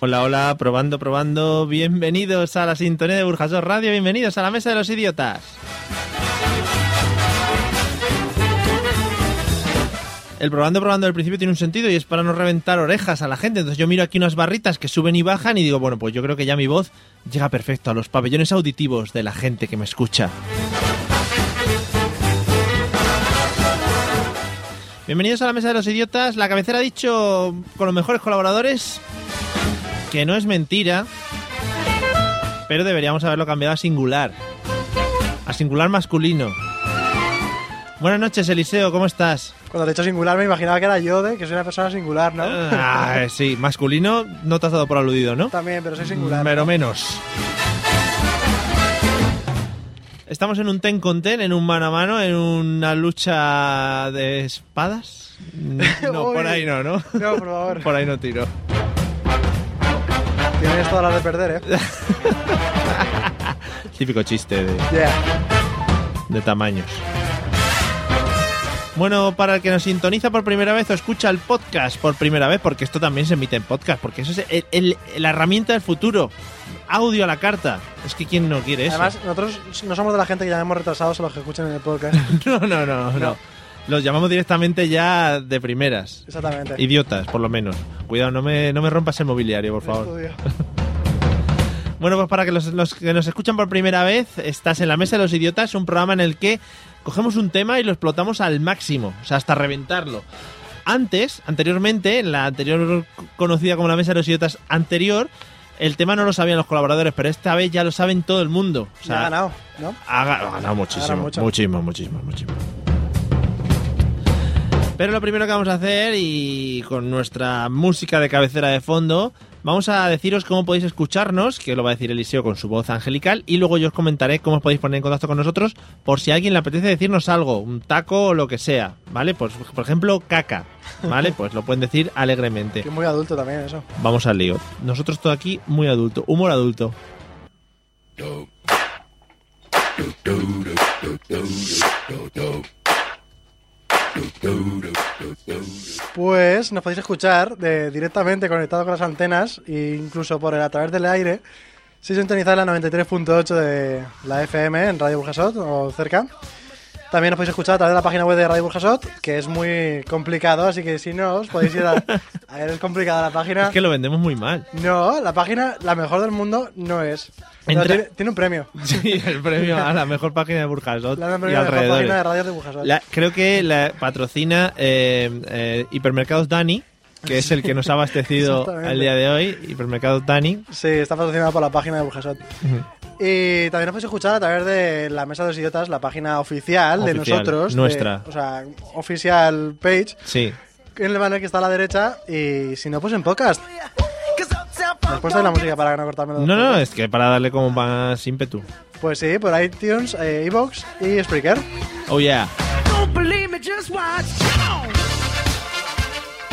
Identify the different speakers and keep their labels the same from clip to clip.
Speaker 1: Hola, hola, probando, probando. Bienvenidos a la sintonía de Burjasor Radio, bienvenidos a la Mesa de los Idiotas. El probando, probando al principio tiene un sentido y es para no reventar orejas a la gente. Entonces yo miro aquí unas barritas que suben y bajan y digo, bueno, pues yo creo que ya mi voz llega perfecto a los pabellones auditivos de la gente que me escucha. Bienvenidos a la Mesa de los Idiotas, la cabecera ha dicho con los mejores colaboradores, que no es mentira, pero deberíamos haberlo cambiado a singular, a singular masculino. Buenas noches, Eliseo, ¿cómo estás?
Speaker 2: Cuando le he hecho singular me imaginaba que era yo, de que soy una persona singular, ¿no?
Speaker 1: Ah, sí, masculino no te has dado por aludido, ¿no?
Speaker 2: También, pero soy singular.
Speaker 1: Pero
Speaker 2: ¿no?
Speaker 1: menos. Estamos en un ten con ten, en un mano a mano, en una lucha de espadas. No,
Speaker 2: Uy.
Speaker 1: por ahí no, ¿no?
Speaker 2: No, por favor.
Speaker 1: Por ahí no tiro.
Speaker 2: Tienes todas las de perder, ¿eh?
Speaker 1: Típico chiste de...
Speaker 2: Yeah.
Speaker 1: de tamaños. Bueno, para el que nos sintoniza por primera vez o escucha el podcast por primera vez, porque esto también se emite en podcast, porque eso es el- el- la herramienta del futuro. Audio a la carta. Es que quién no quiere eso.
Speaker 2: Además, nosotros no somos de la gente que llamemos retrasados a los que escuchan en el podcast.
Speaker 1: no, no, no, no,
Speaker 2: No.
Speaker 1: Los llamamos directamente ya de primeras.
Speaker 2: Exactamente.
Speaker 1: Idiotas, por lo menos. Cuidado, no me, no me rompas el mobiliario, por favor.
Speaker 2: Estudio.
Speaker 1: Bueno, pues para que los, los que nos escuchan por primera vez, estás en la Mesa de los Idiotas, un programa en el que cogemos un tema y lo explotamos al máximo, o sea, hasta reventarlo. Antes, anteriormente, en la anterior conocida como la Mesa de los Idiotas anterior, el tema no lo sabían los colaboradores, pero esta vez ya lo saben todo el mundo. O
Speaker 2: Y
Speaker 1: sea,
Speaker 2: ha ganado, ¿no?
Speaker 1: ha ga- ha ganado muchísimo,
Speaker 2: ganado mucho.
Speaker 1: muchísimo, muchísimo, muchísimo. Pero lo primero que vamos a hacer, y con nuestra música de cabecera de fondo, vamos a deciros cómo podéis escucharnos, que lo va a decir Eliseo con su voz angelical, y luego yo os comentaré cómo os podéis poner en contacto con nosotros por si a alguien le apetece decirnos algo, un taco o lo que sea, ¿vale? Pues, por ejemplo, caca, ¿vale? Pues lo pueden decir alegremente.
Speaker 2: Que muy adulto también eso.
Speaker 1: Vamos al lío. Nosotros todo aquí muy adulto, humor adulto.
Speaker 2: Pues nos podéis escuchar de- directamente conectado con las antenas e incluso por el, a través del aire. Si sintonizáis la 93.8 de la FM en Radio Burjasot o cerca. También nos podéis escuchar a través de la página web de Radio Burjasot, que es muy complicado, así que si no, os podéis ir a... a ver, es complicada la página.
Speaker 1: Es que lo vendemos muy mal.
Speaker 2: No, la página, la mejor del mundo, no es. Pero
Speaker 1: Entra-
Speaker 2: Tiene, tiene un premio.
Speaker 1: Sí, el premio a la mejor página de Burjasot
Speaker 2: La,
Speaker 1: y
Speaker 2: mejor
Speaker 1: alrededores.
Speaker 2: página de Radio de Burjasot.
Speaker 1: La- creo que la patrocina eh, eh, Hipermercados Dani, que es el que nos ha abastecido
Speaker 2: Exactamente.
Speaker 1: al día de hoy. Hipermercados Dani.
Speaker 2: Sí, está patrocinada por la página de Burjasot. Y también nos podéis escuchar a través de la Mesa de los Idiotas, la página oficial, de
Speaker 1: Oficial,
Speaker 2: nosotros. de-
Speaker 1: nuestra.
Speaker 2: o sea, oficial page,
Speaker 1: Sí.
Speaker 2: en el banner que está a la derecha. Y si no, pues en podcast. ¿Nos puedes la música para no cortarme los
Speaker 1: No, no,
Speaker 2: dedos?
Speaker 1: es que para darle como más ímpetu.
Speaker 2: Pues sí, por iTunes, eh, Evox y Spreaker.
Speaker 1: Oh, yeah.
Speaker 3: Don't believe me, just watch.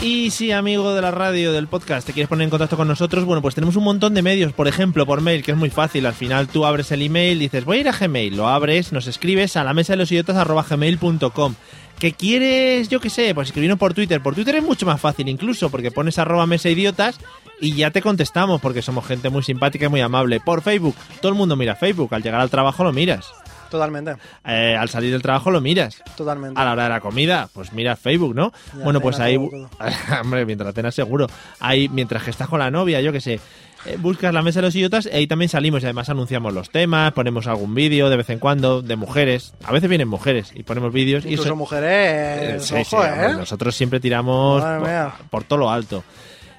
Speaker 1: Y si, amigo de la radio, del podcast, te quieres poner en contacto con nosotros, bueno, pues tenemos un montón de medios. Por ejemplo, por mail, que es muy fácil. Al final tú abres el email, dices, voy a ir a Gmail, lo abres, nos escribes a la mesa de los idiotas arroba gmail.com. ¿Qué quieres, yo qué sé, pues escribirnos por Twitter? Por Twitter es mucho más fácil incluso, porque pones arroba mesa idiotas y ya te contestamos, porque somos gente muy simpática y muy amable. Por Facebook, todo el mundo mira Facebook, al llegar al trabajo lo miras.
Speaker 2: Totalmente,
Speaker 1: Eh, al salir del trabajo lo miras
Speaker 2: totalmente.
Speaker 1: a la hora de la comida, pues mira Facebook, ¿no?
Speaker 2: Ya,
Speaker 1: bueno, pues
Speaker 2: cena,
Speaker 1: ahí,
Speaker 2: todo,
Speaker 1: hombre, mientras cenas seguro, ahí mientras que estás con la novia, yo qué sé, eh, buscas la mesa de los idiotas, ahí también salimos y además anunciamos los temas, ponemos algún vídeo de vez en cuando de mujeres, a veces vienen mujeres y ponemos vídeos y
Speaker 2: Incluso
Speaker 1: eso- eh,
Speaker 2: mujeres.
Speaker 1: sí, sí,
Speaker 2: ojo,
Speaker 1: hombre,
Speaker 2: ¿eh?
Speaker 1: nosotros siempre tiramos
Speaker 2: Madre mía.
Speaker 1: por, por todo lo alto.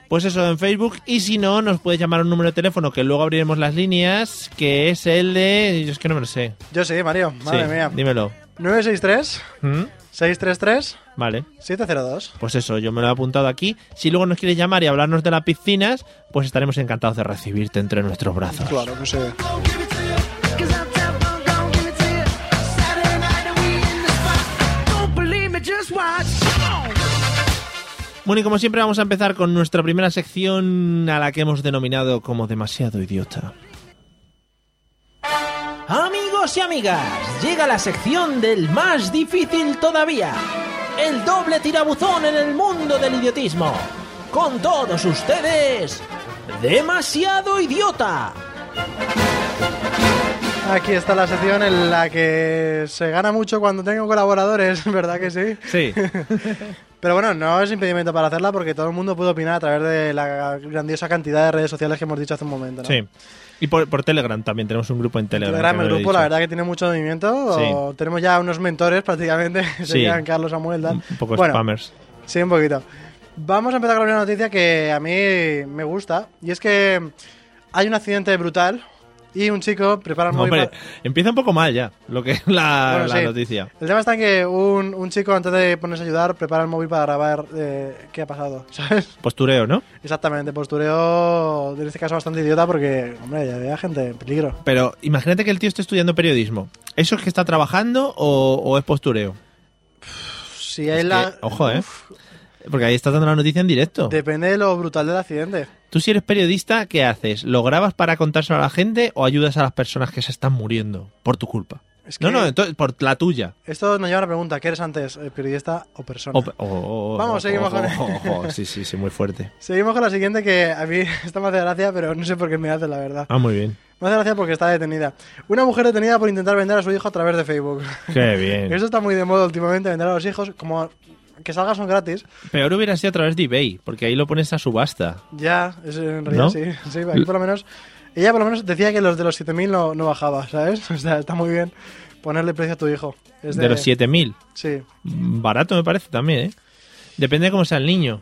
Speaker 1: Pues eso en Facebook y si no nos puedes llamar a un número de teléfono que luego abriremos las líneas, que es el de, yo es que no me lo sé.
Speaker 2: Yo sí, Mario, madre
Speaker 1: Sí,
Speaker 2: mía.
Speaker 1: Dímelo.
Speaker 2: 963
Speaker 1: ¿Mm?
Speaker 2: 633
Speaker 1: Vale.
Speaker 2: 702.
Speaker 1: Pues eso, yo me lo he apuntado aquí. Si luego nos quieres llamar y hablarnos de las piscinas, pues estaremos encantados de recibirte entre nuestros brazos.
Speaker 2: Claro, no sé.
Speaker 3: Just watch.
Speaker 1: Bueno, y como siempre vamos a empezar con nuestra primera sección a la que hemos denominado como demasiado idiota.
Speaker 4: Amigos y amigas, llega la sección del más difícil todavía. El doble tirabuzón en el mundo del idiotismo. Con todos ustedes, demasiado idiota.
Speaker 2: Aquí está la sección en la que se gana mucho cuando tengo colaboradores, ¿verdad que sí?
Speaker 1: Sí.
Speaker 2: Pero bueno, no es impedimento para hacerla porque todo el mundo puede opinar a través de la grandiosa cantidad de redes sociales que hemos dicho hace un momento. ¿no?
Speaker 1: Sí. Y por, por Telegram también, tenemos un grupo en Telegram.
Speaker 2: Telegram,
Speaker 1: que
Speaker 2: el
Speaker 1: no lo he
Speaker 2: grupo, la
Speaker 1: dicho.
Speaker 2: verdad que tiene mucho movimiento. o Tenemos ya unos mentores prácticamente, que
Speaker 1: Sí.
Speaker 2: serían Carlos Samuel, Dan.
Speaker 1: Un poco
Speaker 2: bueno,
Speaker 1: spammers.
Speaker 2: Sí, un poquito. Vamos a empezar con una noticia que a mí me gusta. Y es que hay un accidente brutal y un chico prepara el móvil
Speaker 1: Hombre,
Speaker 2: pa-
Speaker 1: empieza un poco mal ya, lo que es la,
Speaker 2: Bueno,
Speaker 1: Ah, la
Speaker 2: sí.
Speaker 1: noticia.
Speaker 2: El tema está en que un, un chico, antes de ponerse a ayudar, prepara el móvil para grabar eh, qué ha pasado, ¿sabes?
Speaker 1: Postureo, ¿no?
Speaker 2: Exactamente, postureo, en este caso, bastante idiota porque, hombre, ya había gente en peligro.
Speaker 1: Pero imagínate que el tío esté estudiando periodismo. ¿Eso es que está trabajando o, o es postureo?
Speaker 2: Si hay
Speaker 1: Es
Speaker 2: la...
Speaker 1: que, ojo, ¿eh? Porque ahí estás dando la noticia en directo.
Speaker 2: Depende de lo brutal del accidente.
Speaker 1: Tú si eres periodista, ¿qué haces? ¿Lo grabas para contárselo a la gente o ayudas a las personas que se están muriendo por tu culpa?
Speaker 2: Es que-
Speaker 1: No, eh. no, entonces, por la tuya.
Speaker 2: Esto nos lleva a una pregunta, ¿qué eres antes, eh, periodista o persona?
Speaker 1: O- o- o-
Speaker 2: Vamos,
Speaker 1: o-
Speaker 2: seguimos
Speaker 1: o-
Speaker 2: con-
Speaker 1: o- o- sí, sí, sí, muy fuerte.
Speaker 2: Seguimos con la siguiente que a mí esta me hace gracia, pero no sé por qué me hace la verdad.
Speaker 1: Ah, muy bien.
Speaker 2: Me hace gracia porque está detenida. Una mujer detenida por intentar vender a su hijo a través de Facebook.
Speaker 1: Qué bien.
Speaker 2: Eso está muy de moda últimamente, vender a los hijos, como que salgas son gratis.
Speaker 1: Peor hubiera sido a través de eBay, porque ahí lo pones a subasta.
Speaker 2: Ya, es en realidad
Speaker 1: ¿No?
Speaker 2: sí, sí, aquí por lo menos... Ella por lo menos decía que los de los 7.000 no, no bajaba, ¿sabes? O sea, está muy bien ponerle precio a tu hijo. Es
Speaker 1: De los 7000.
Speaker 2: Sí.
Speaker 1: Mm, Barato me parece también, ¿eh? Depende de cómo sea el niño.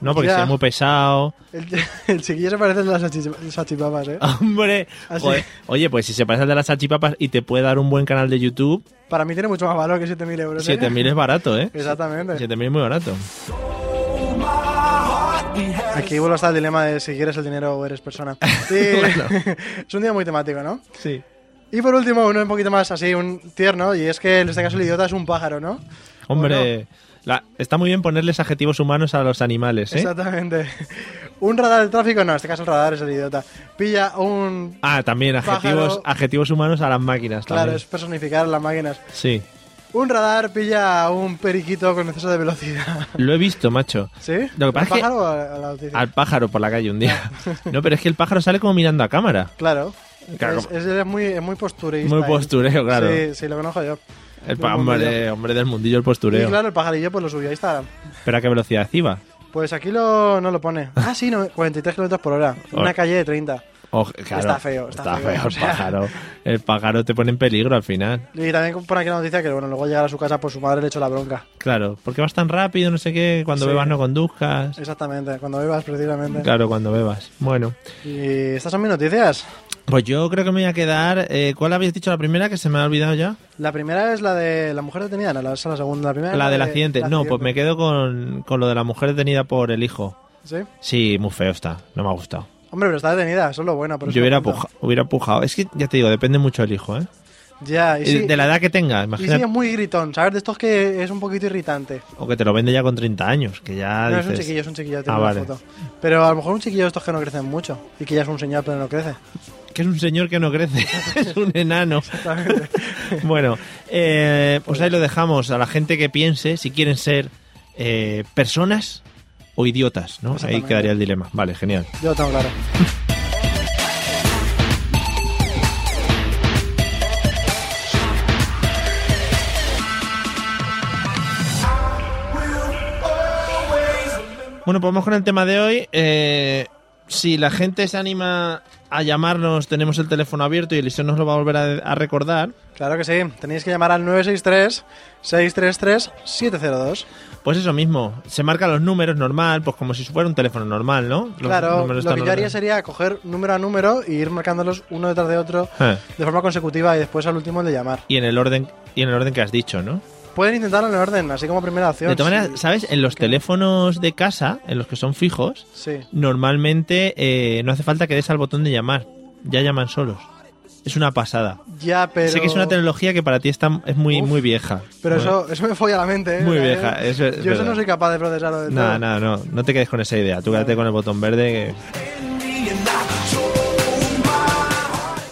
Speaker 1: No, porque
Speaker 2: Ya.
Speaker 1: si es muy pesado.
Speaker 2: El, el chiquillo se parece a las salchich- salchipapas,
Speaker 1: Ah.
Speaker 2: ¿eh?
Speaker 1: Hombre,
Speaker 2: Así.
Speaker 1: joder. oye, pues si se parece al de las salchipapas y te puede dar un buen canal de YouTube,
Speaker 2: Para mí tiene mucho más valor que 7.000 euros. ¿eh?
Speaker 1: 7000 es barato, ¿eh?
Speaker 2: Exactamente.
Speaker 1: 7000 es muy barato.
Speaker 2: Aquí vuelvo hasta el dilema de si quieres el dinero o eres persona. Sí, es un día muy temático, ¿no?
Speaker 1: Sí.
Speaker 2: Y por último, uno un poquito más así, un tierno, y es que en este caso el idiota es un pájaro, ¿no?
Speaker 1: Hombre, la- está muy bien ponerles adjetivos humanos a los animales, ¿eh?
Speaker 2: Exactamente. Un radar de tráfico, no, en este caso el radar es el idiota. Pilla un...
Speaker 1: Ah, también adjetivos,
Speaker 2: Pájaro.
Speaker 1: adjetivos humanos a las máquinas.
Speaker 2: Claro,
Speaker 1: también.
Speaker 2: es personificar las máquinas.
Speaker 1: Sí,
Speaker 2: Un radar pilla a un periquito con exceso de velocidad.
Speaker 1: lo he visto, macho.
Speaker 2: ¿Sí?
Speaker 1: Lo que pasa es
Speaker 2: ¿Al
Speaker 1: que-
Speaker 2: pájaro o a la noticia?
Speaker 1: Al pájaro por la calle un día. No, pero es que el pájaro sale como mirando a cámara.
Speaker 2: Claro.
Speaker 1: Claro,
Speaker 2: Es, es- es muy, es muy posturista.
Speaker 1: Muy
Speaker 2: ¿eh?
Speaker 1: postureo, claro.
Speaker 2: Sí, sí, lo conozco yo.
Speaker 1: El pa-
Speaker 2: Del mundillo.
Speaker 1: hombre, hombre del mundillo, el postureo.
Speaker 2: Y claro, el pajarillo pues lo subió a Instagram.
Speaker 1: Pero a qué velocidad iba.
Speaker 2: Pues aquí lo, no lo pone. Ah, sí, no, 43 kilómetros por hora. en Una
Speaker 1: Ahora.
Speaker 2: calle de 30.
Speaker 1: O- claro,
Speaker 2: Está feo, está feo,
Speaker 1: feo
Speaker 2: o
Speaker 1: el
Speaker 2: sea.
Speaker 1: pájaro. El pájaro te pone en peligro al final.
Speaker 2: Y también pone aquí la noticia que, bueno, luego llegar a su casa por su madre le echó la bronca.
Speaker 1: Claro, porque vas tan rápido, no sé qué, cuando
Speaker 2: Sí.
Speaker 1: bebas no conduzcas.
Speaker 2: Exactamente, cuando bebas precisamente.
Speaker 1: Claro, cuando bebas. Bueno,
Speaker 2: Y Eh, estas son mis noticias.
Speaker 1: pues yo creo que me voy a quedar. eh, ¿Cuál habéis dicho la primera que se me ha olvidado ya?
Speaker 2: La primera es la de la mujer detenida, no, la, esa es la segunda. Ah, eh, La, primera es
Speaker 1: La del
Speaker 2: de-
Speaker 1: accidente.
Speaker 2: el
Speaker 1: No, pues me
Speaker 2: accidente.
Speaker 1: quedo con, con lo de la mujer detenida por el hijo.
Speaker 2: ¿Sí?
Speaker 1: Sí, muy feo está. No me ha gustado.
Speaker 2: Hombre, pero está detenida, eso es lo bueno. Por eso
Speaker 1: Yo hubiera,
Speaker 2: apunta.
Speaker 1: puja- hubiera pujado. Es que ya te digo, depende mucho el hijo, ¿eh?
Speaker 2: Ya, y
Speaker 1: Y
Speaker 2: sí,
Speaker 1: De la edad que tenga,
Speaker 2: y sí
Speaker 1: imagínate.
Speaker 2: es muy gritón, ¿sabes? De estos que es un poquito irritante.
Speaker 1: O que te lo vende ya con 30 años, que ya
Speaker 2: no, es
Speaker 1: Ah, dices...
Speaker 2: un chiquillo, es un chiquillo, tiene
Speaker 1: Ah,
Speaker 2: una
Speaker 1: vale.
Speaker 2: foto. Pero a lo mejor un chiquillo de estos que no crecen mucho y que ya es un señor pero no crece.
Speaker 1: Que es un señor que no crece, es un enano. bueno, eh, pues ahí lo dejamos a la gente que piense si quieren ser eh, personas o idiotas, ¿no? Ahí
Speaker 2: Pues Exactamente.
Speaker 1: quedaría el dilema. Vale, genial.
Speaker 2: Yo lo tengo claro.
Speaker 1: Bueno, pues vamos con el tema de hoy. Eh, si la gente se anima a llamarnos, tenemos el teléfono abierto y Eliseo nos lo va a volver a, a recordar.
Speaker 2: Claro que sí, tenéis que llamar al 963-633-702.
Speaker 1: Pues eso mismo, se marcan los números normal, pues como si fuera un teléfono normal, ¿no? Los
Speaker 2: Claro,
Speaker 1: números
Speaker 2: lo que
Speaker 1: están
Speaker 2: yo haría
Speaker 1: ordenados.
Speaker 2: sería coger número a número y ir marcándolos uno detrás de otro
Speaker 1: Ah,
Speaker 2: de forma consecutiva y después al último el de llamar.
Speaker 1: y en el orden y en el orden que has dicho, ¿no?
Speaker 2: Pueden intentarlo en orden, así como primera opción.
Speaker 1: De todas
Speaker 2: sí.
Speaker 1: maneras, ¿sabes? En los teléfonos de casa, en los que son fijos,
Speaker 2: Sí.
Speaker 1: normalmente eh, no hace falta que des al botón de llamar. Ya llaman solos. Es una pasada.
Speaker 2: Ya, pero.
Speaker 1: Sé que es una tecnología que para ti está, es muy,
Speaker 2: Uf,
Speaker 1: muy vieja.
Speaker 2: Pero
Speaker 1: Muy-
Speaker 2: eso, eso me folla la mente, ¿eh?
Speaker 1: Muy
Speaker 2: O sea,
Speaker 1: vieja,
Speaker 2: eh,
Speaker 1: eso es
Speaker 2: Yo eso
Speaker 1: verdad.
Speaker 2: no soy capaz de procesarlo del
Speaker 1: Nada,
Speaker 2: todo.
Speaker 1: nada, no. No te quedes con esa idea. Tú quédate con el botón verde. que-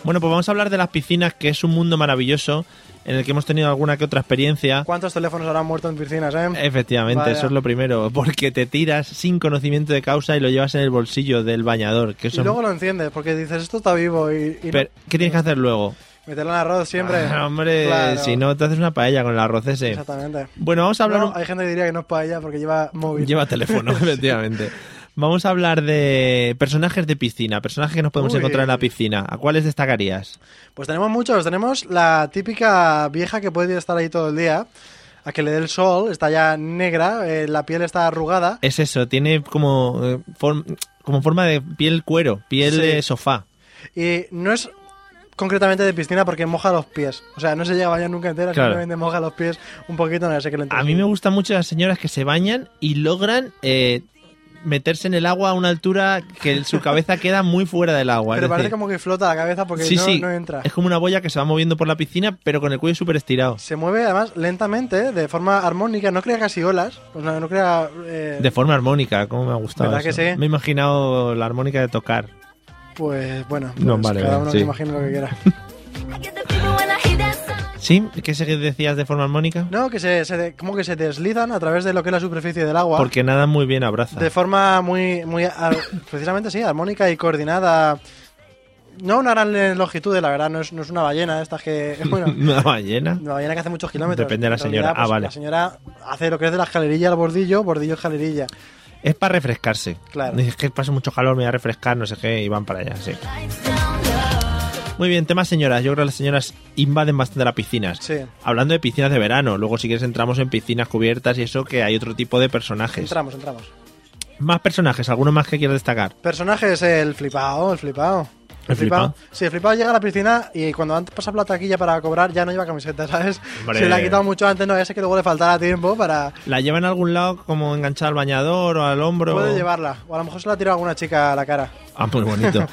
Speaker 1: Bueno, pues vamos a hablar de las piscinas, que es un mundo maravilloso en el que hemos tenido alguna que otra experiencia.
Speaker 2: ¿Cuántos teléfonos habrán muerto en piscinas, eh?
Speaker 1: Efectivamente,
Speaker 2: Vaya.
Speaker 1: eso es lo primero. Porque te tiras sin conocimiento de causa y lo llevas en el bolsillo del bañador. Que
Speaker 2: y
Speaker 1: eso
Speaker 2: luego lo enciendes, porque dices, esto está vivo y, y no-
Speaker 1: Pero, ¿Qué tienes que hacer luego?
Speaker 2: meterlo en arroz siempre.
Speaker 1: Ah, hombre,
Speaker 2: Claro.
Speaker 1: si no te haces una paella con el arroz ese.
Speaker 2: Exactamente.
Speaker 1: Bueno, vamos a hablar
Speaker 2: No,
Speaker 1: un-
Speaker 2: hay gente que diría que no es paella porque lleva móvil.
Speaker 1: Lleva teléfono, efectivamente. Vamos a hablar de personajes de piscina, personajes que nos podemos
Speaker 2: Uy.
Speaker 1: encontrar en la piscina. ¿A cuáles destacarías?
Speaker 2: Pues tenemos muchos. Tenemos la típica vieja que puede estar ahí todo el día, a que le dé el sol, está ya negra, eh, la piel está arrugada.
Speaker 1: Es eso, tiene como, eh, form- como forma de piel cuero, piel
Speaker 2: Sí.
Speaker 1: de sofá.
Speaker 2: Y no es concretamente de piscina porque moja los pies. O sea, no se llega a bañar nunca entera,
Speaker 1: Claro.
Speaker 2: simplemente moja los pies un poquito, no sé qué le
Speaker 1: A mí me gustan mucho las señoras que se bañan y logran eh, meterse en el agua a una altura que su cabeza queda muy fuera del agua. es
Speaker 2: Pero parece
Speaker 1: decir,
Speaker 2: como que flota la cabeza porque
Speaker 1: sí,
Speaker 2: no,
Speaker 1: sí,
Speaker 2: no entra.
Speaker 1: es como una boya que se va moviendo por la piscina, pero con el cuello súper estirado.
Speaker 2: Se mueve además lentamente, de forma armónica, no crea casi olas, o sea, no crea... eh,
Speaker 1: De forma armónica, como me ha gustado.
Speaker 2: ¿Verdad
Speaker 1: eso.
Speaker 2: que sí?
Speaker 1: Me he imaginado la armónica de tocar.
Speaker 2: Pues bueno,
Speaker 1: No,
Speaker 2: pues
Speaker 1: vale,
Speaker 2: cada
Speaker 1: bien,
Speaker 2: uno
Speaker 1: sí.
Speaker 2: que imagine lo que quiera.
Speaker 5: I get the fever when I hear that sound.
Speaker 1: ¿Sí? ¿Qué se- decías de forma armónica?
Speaker 2: No, que se, se de- como que se deslizan a través de lo que es la superficie del agua.
Speaker 1: Porque nada muy bien abraza.
Speaker 2: De forma muy, muy ar- precisamente sí, armónica y coordinada. No una gran eh, longitud, la verdad, no es, no es una ballena de estas que... Bueno,
Speaker 1: Una ballena.
Speaker 2: una ballena que hace muchos kilómetros.
Speaker 1: Depende de la
Speaker 2: En realidad,
Speaker 1: señora. Ah,
Speaker 2: pues,
Speaker 1: vale.
Speaker 2: La señora hace lo que es de la escalerilla al bordillo, bordillo escalerilla.
Speaker 1: Es para refrescarse.
Speaker 2: Claro.
Speaker 1: Dices que pasa mucho calor, me voy a refrescar, no sé qué, y van para allá, sí.
Speaker 5: Lights down low.
Speaker 1: Muy bien, temas señoras. Yo creo que las señoras invaden bastante las piscinas.
Speaker 2: Sí.
Speaker 1: Hablando de piscinas de verano, luego si quieres entramos en piscinas cubiertas y eso, que hay otro tipo de personajes.
Speaker 2: Entramos, entramos.
Speaker 1: Más personajes, alguno más que quieras destacar.
Speaker 2: Personaje es el flipao, el flipao.
Speaker 1: ¿El flipao?
Speaker 2: Sí, el flipao llega a la piscina y cuando antes pasa por la taquilla para cobrar ya no lleva camiseta, ¿sabes?
Speaker 1: Hombre.
Speaker 2: Se la ha quitado mucho antes, no, ya sé que luego le faltará tiempo para...
Speaker 1: ¿La llevan a algún lado como enganchada al bañador o al hombro?
Speaker 2: Puede llevarla. O a lo mejor se la ha tirado alguna chica a la cara.
Speaker 1: Ah, muy bonito.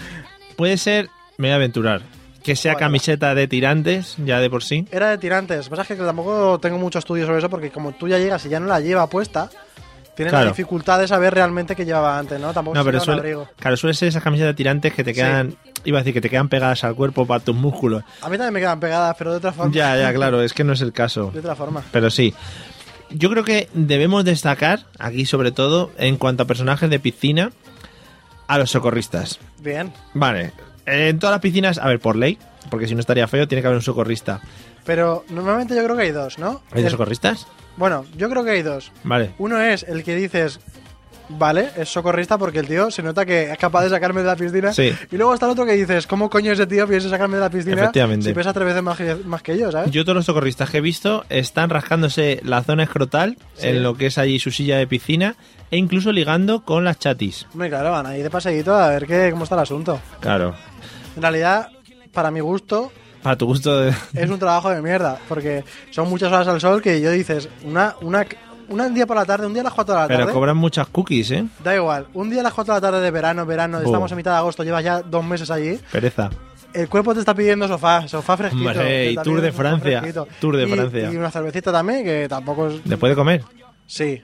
Speaker 1: Puede ser, me voy a aventurar, que sea
Speaker 2: Bueno.
Speaker 1: camiseta de tirantes, ya de por sí.
Speaker 2: Era de tirantes. Lo que pasa es que tampoco tengo mucho estudio sobre eso porque como tú ya llegas y ya no la lleva puesta, tienes
Speaker 1: Claro.
Speaker 2: la dificultad de saber realmente qué llevaba antes, ¿no? Tampoco
Speaker 1: No,
Speaker 2: se
Speaker 1: pero
Speaker 2: lleva un
Speaker 1: suele,
Speaker 2: abrigo.
Speaker 1: claro, suele ser esas camisetas de tirantes que te
Speaker 2: Sí.
Speaker 1: quedan, iba a decir, que te quedan pegadas al cuerpo para tus músculos.
Speaker 2: A mí también me quedan pegadas, pero de otra forma.
Speaker 1: Ya, ya, claro, es que no es el caso.
Speaker 2: De otra forma.
Speaker 1: Pero sí. Yo creo que debemos destacar, aquí sobre todo, en cuanto a personajes de piscina, a los socorristas.
Speaker 2: Bien.
Speaker 1: Vale, en todas las piscinas, a ver, por ley, porque si no estaría feo, tiene que haber un socorrista.
Speaker 2: Pero normalmente yo creo que hay dos, ¿no?
Speaker 1: ¿Hay
Speaker 2: El-
Speaker 1: socorristas?
Speaker 2: bueno, yo creo que hay dos.
Speaker 1: Vale.
Speaker 2: Uno es el que dices, vale, es socorrista porque el tío se nota que es capaz de sacarme de la piscina.
Speaker 1: Sí.
Speaker 2: Y luego está el otro que dices, ¿cómo coño ese tío piensa sacarme de la piscina?
Speaker 1: Efectivamente.
Speaker 2: Si pesa tres veces más que, más que yo, ¿sabes?
Speaker 1: Yo todos los socorristas que he visto están rascándose la zona escrotal,
Speaker 2: Sí.
Speaker 1: en lo que es allí su silla de piscina, e incluso ligando con las chatis.
Speaker 2: Hombre, claro, van ahí de paseíto a ver qué, cómo está el asunto.
Speaker 1: Claro.
Speaker 2: En realidad, para mi gusto,
Speaker 1: A tu gusto de...
Speaker 2: es un trabajo de mierda, porque son muchas horas al sol que yo dices, una, una, una un día por la tarde, un día a las 4 de la
Speaker 1: Pero
Speaker 2: tarde.
Speaker 1: cobran muchas cookies, ¿eh?
Speaker 2: Da igual, un día a las 4 de la tarde de verano, verano,
Speaker 1: Oh.
Speaker 2: estamos en mitad de agosto, llevas ya dos meses allí,
Speaker 1: Pereza.
Speaker 2: el cuerpo te está pidiendo sofá, sofá fresquito.
Speaker 1: Hombre,
Speaker 2: que
Speaker 1: y
Speaker 2: también
Speaker 1: Tour de
Speaker 2: es un sofá
Speaker 1: Francia,
Speaker 2: fresquito.
Speaker 1: Tour de
Speaker 2: Y-
Speaker 1: Francia.
Speaker 2: Y una cervecita también, que tampoco es...
Speaker 1: ¿Después de comer?
Speaker 2: Sí,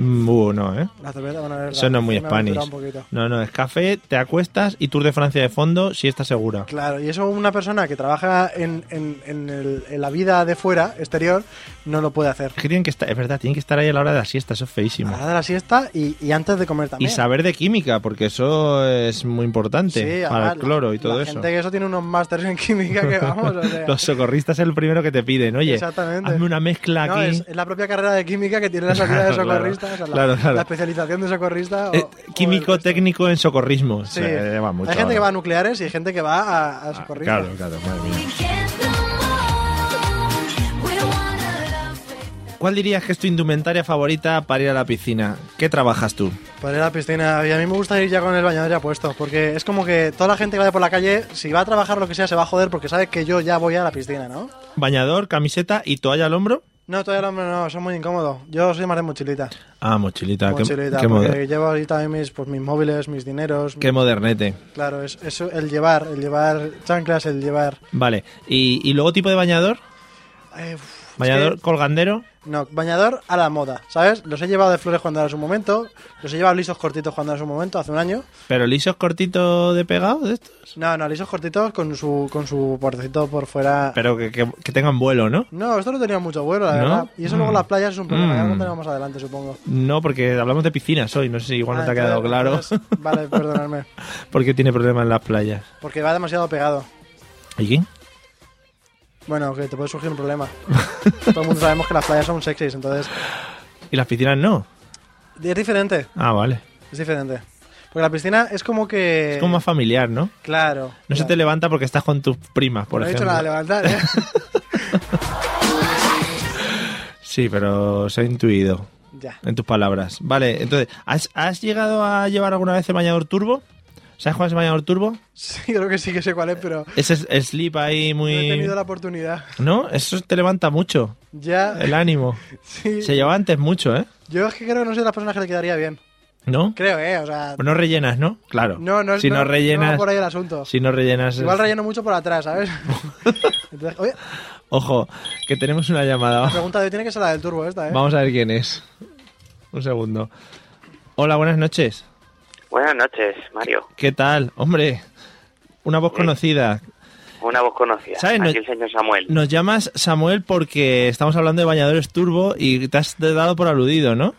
Speaker 1: Mm, uh, no, ¿eh?
Speaker 2: la cerveza, bueno, es verdad,
Speaker 1: Eso no es muy
Speaker 2: me aventura
Speaker 1: Spanish.
Speaker 2: un poquito.
Speaker 1: No, no, es café, te acuestas y Tour de Francia de fondo si está segura.
Speaker 2: Claro, y eso una persona que trabaja en, en- en el- en la vida de fuera, exterior, no lo puede hacer.
Speaker 1: Es que tienen que estar, es verdad, tienen que estar ahí a la hora de la siesta, eso es
Speaker 2: A
Speaker 1: feísimo.
Speaker 2: la hora de la siesta y, y antes de comer
Speaker 1: Y
Speaker 2: también.
Speaker 1: saber de química, porque eso es muy importante para
Speaker 2: además,
Speaker 1: el cloro y
Speaker 2: la-
Speaker 1: todo
Speaker 2: la
Speaker 1: eso.
Speaker 2: gente que eso tiene unos másters en química que vamos, o sea,
Speaker 1: Los socorristas es el primero que te piden, oye,
Speaker 2: Exactamente.
Speaker 1: hazme una mezcla
Speaker 2: no,
Speaker 1: aquí. Eh,
Speaker 2: es, es la propia carrera de química que tiene la salida de
Speaker 1: Claro, claro.
Speaker 2: socorrista, o sea, la,
Speaker 1: Claro, claro.
Speaker 2: la especialización de socorrista. o-
Speaker 1: Eh,
Speaker 2: o el
Speaker 1: químico
Speaker 2: resto.
Speaker 1: técnico en socorrismo.
Speaker 2: pues, Sí.
Speaker 1: Se va mucho
Speaker 2: hay gente que
Speaker 1: ahora.
Speaker 2: va a nucleares y hay gente que va a, a
Speaker 1: Ah,
Speaker 2: socorrista.
Speaker 1: Claro, claro, madre mía.
Speaker 5: We can't no more. We wanna love without
Speaker 1: ¿Cuál dirías que es tu indumentaria favorita para ir a la piscina? ¿Qué trabajas tú?
Speaker 2: Para ir a Pues la piscina. Y a mí me gusta ir ya con el bañador ya puesto, porque es como que toda la gente que vaya por la calle, si va a trabajar lo que sea, se va a joder porque sabe que yo ya voy a la piscina, ¿no?
Speaker 1: Bañador, camiseta y toalla al hombro.
Speaker 2: No, todavía no, no, son muy incómodos. Yo soy más de mochilita.
Speaker 1: Ah, mochilita. qué-
Speaker 2: mochilita,
Speaker 1: qué, moder-
Speaker 2: porque llevo ahí también mis, pues, mis móviles, mis dineros.
Speaker 1: qué modernete.
Speaker 2: Claro, es, es el llevar, el llevar chanclas, el llevar...
Speaker 1: Vale. ¿Y, y luego tipo de bañador?
Speaker 2: eh, uf, es
Speaker 1: ¿Bañador
Speaker 2: que-
Speaker 1: colgandero?
Speaker 2: no, bañador a la moda, ¿sabes? Los he llevado de flores cuando era su momento, los he llevado lisos cortitos cuando era su momento, hace un año.
Speaker 1: ¿Pero lisos cortitos de pegado de estos?
Speaker 2: No, no, lisos cortitos con su, con su bordecito por fuera...
Speaker 1: Pero que, que- que tengan vuelo, ¿no?
Speaker 2: No, esto no tenía mucho vuelo, la
Speaker 1: ¿No?
Speaker 2: verdad. Y eso luego
Speaker 1: Mm.
Speaker 2: las playas es un problema, ya lo
Speaker 1: Mm.
Speaker 2: tenemos más adelante, supongo.
Speaker 1: No, porque hablamos de piscinas hoy. No sé si igual no
Speaker 2: Ah,
Speaker 1: te ha quedado claro
Speaker 2: entonces- Vale, perdonadme.
Speaker 1: porque tiene problemas en las playas.
Speaker 2: Porque va demasiado pegado.
Speaker 1: ¿Y quién?
Speaker 2: Bueno, que te puede surgir un problema. Todo el mundo sabemos que las playas son sexys, entonces
Speaker 1: ¿Y las piscinas no?
Speaker 2: es diferente,
Speaker 1: Ah, vale.
Speaker 2: es diferente. Porque la piscina es como que
Speaker 1: Es como más familiar, ¿no?
Speaker 2: claro.
Speaker 1: No se te levanta porque estás con tus primas, por
Speaker 2: no he dicho
Speaker 1: ejemplo.
Speaker 2: nada, levantar. ¿eh?
Speaker 1: Sí, pero se ha intuido
Speaker 2: ya.
Speaker 1: en tus palabras. Vale, entonces, ¿has, has llegado a llevar alguna vez el bañador turbo? ¿Sabes cuál es el bañador turbo?
Speaker 2: Sí, creo que sí que sé cuál es, pero
Speaker 1: Ese es slip ahí
Speaker 2: no he
Speaker 1: muy...
Speaker 2: tenido la oportunidad.
Speaker 1: No, eso te levanta mucho
Speaker 2: Ya.
Speaker 1: el ánimo.
Speaker 2: Sí.
Speaker 1: Se lleva antes mucho, ¿eh?
Speaker 2: Yo es que creo que no soy de las personas que le quedaría bien.
Speaker 1: ¿No? Pues
Speaker 2: Creo, eh, o sea,
Speaker 1: No rellenas, ¿no? Claro.
Speaker 2: no no es-
Speaker 1: si no,
Speaker 2: no, no va
Speaker 1: rellenas...
Speaker 2: por ahí el asunto.
Speaker 1: si no rellenas...
Speaker 2: Igual relleno mucho por atrás, ¿sabes? Entonces, oye,
Speaker 1: Ojo, que tenemos una llamada.
Speaker 2: la pregunta de hoy tiene que ser la del turbo esta, ¿eh?
Speaker 1: Vamos a ver quién es. Un segundo. Hola, buenas noches.
Speaker 6: Buenas noches, Mario.
Speaker 1: ¿Qué tal? Hombre, una voz conocida.
Speaker 6: Una voz conocida.
Speaker 1: ¿Sabes? No-
Speaker 6: Aquí el señor Samuel.
Speaker 1: Nos llamas Samuel porque estamos hablando de bañadores turbo y te has dado por aludido, ¿no?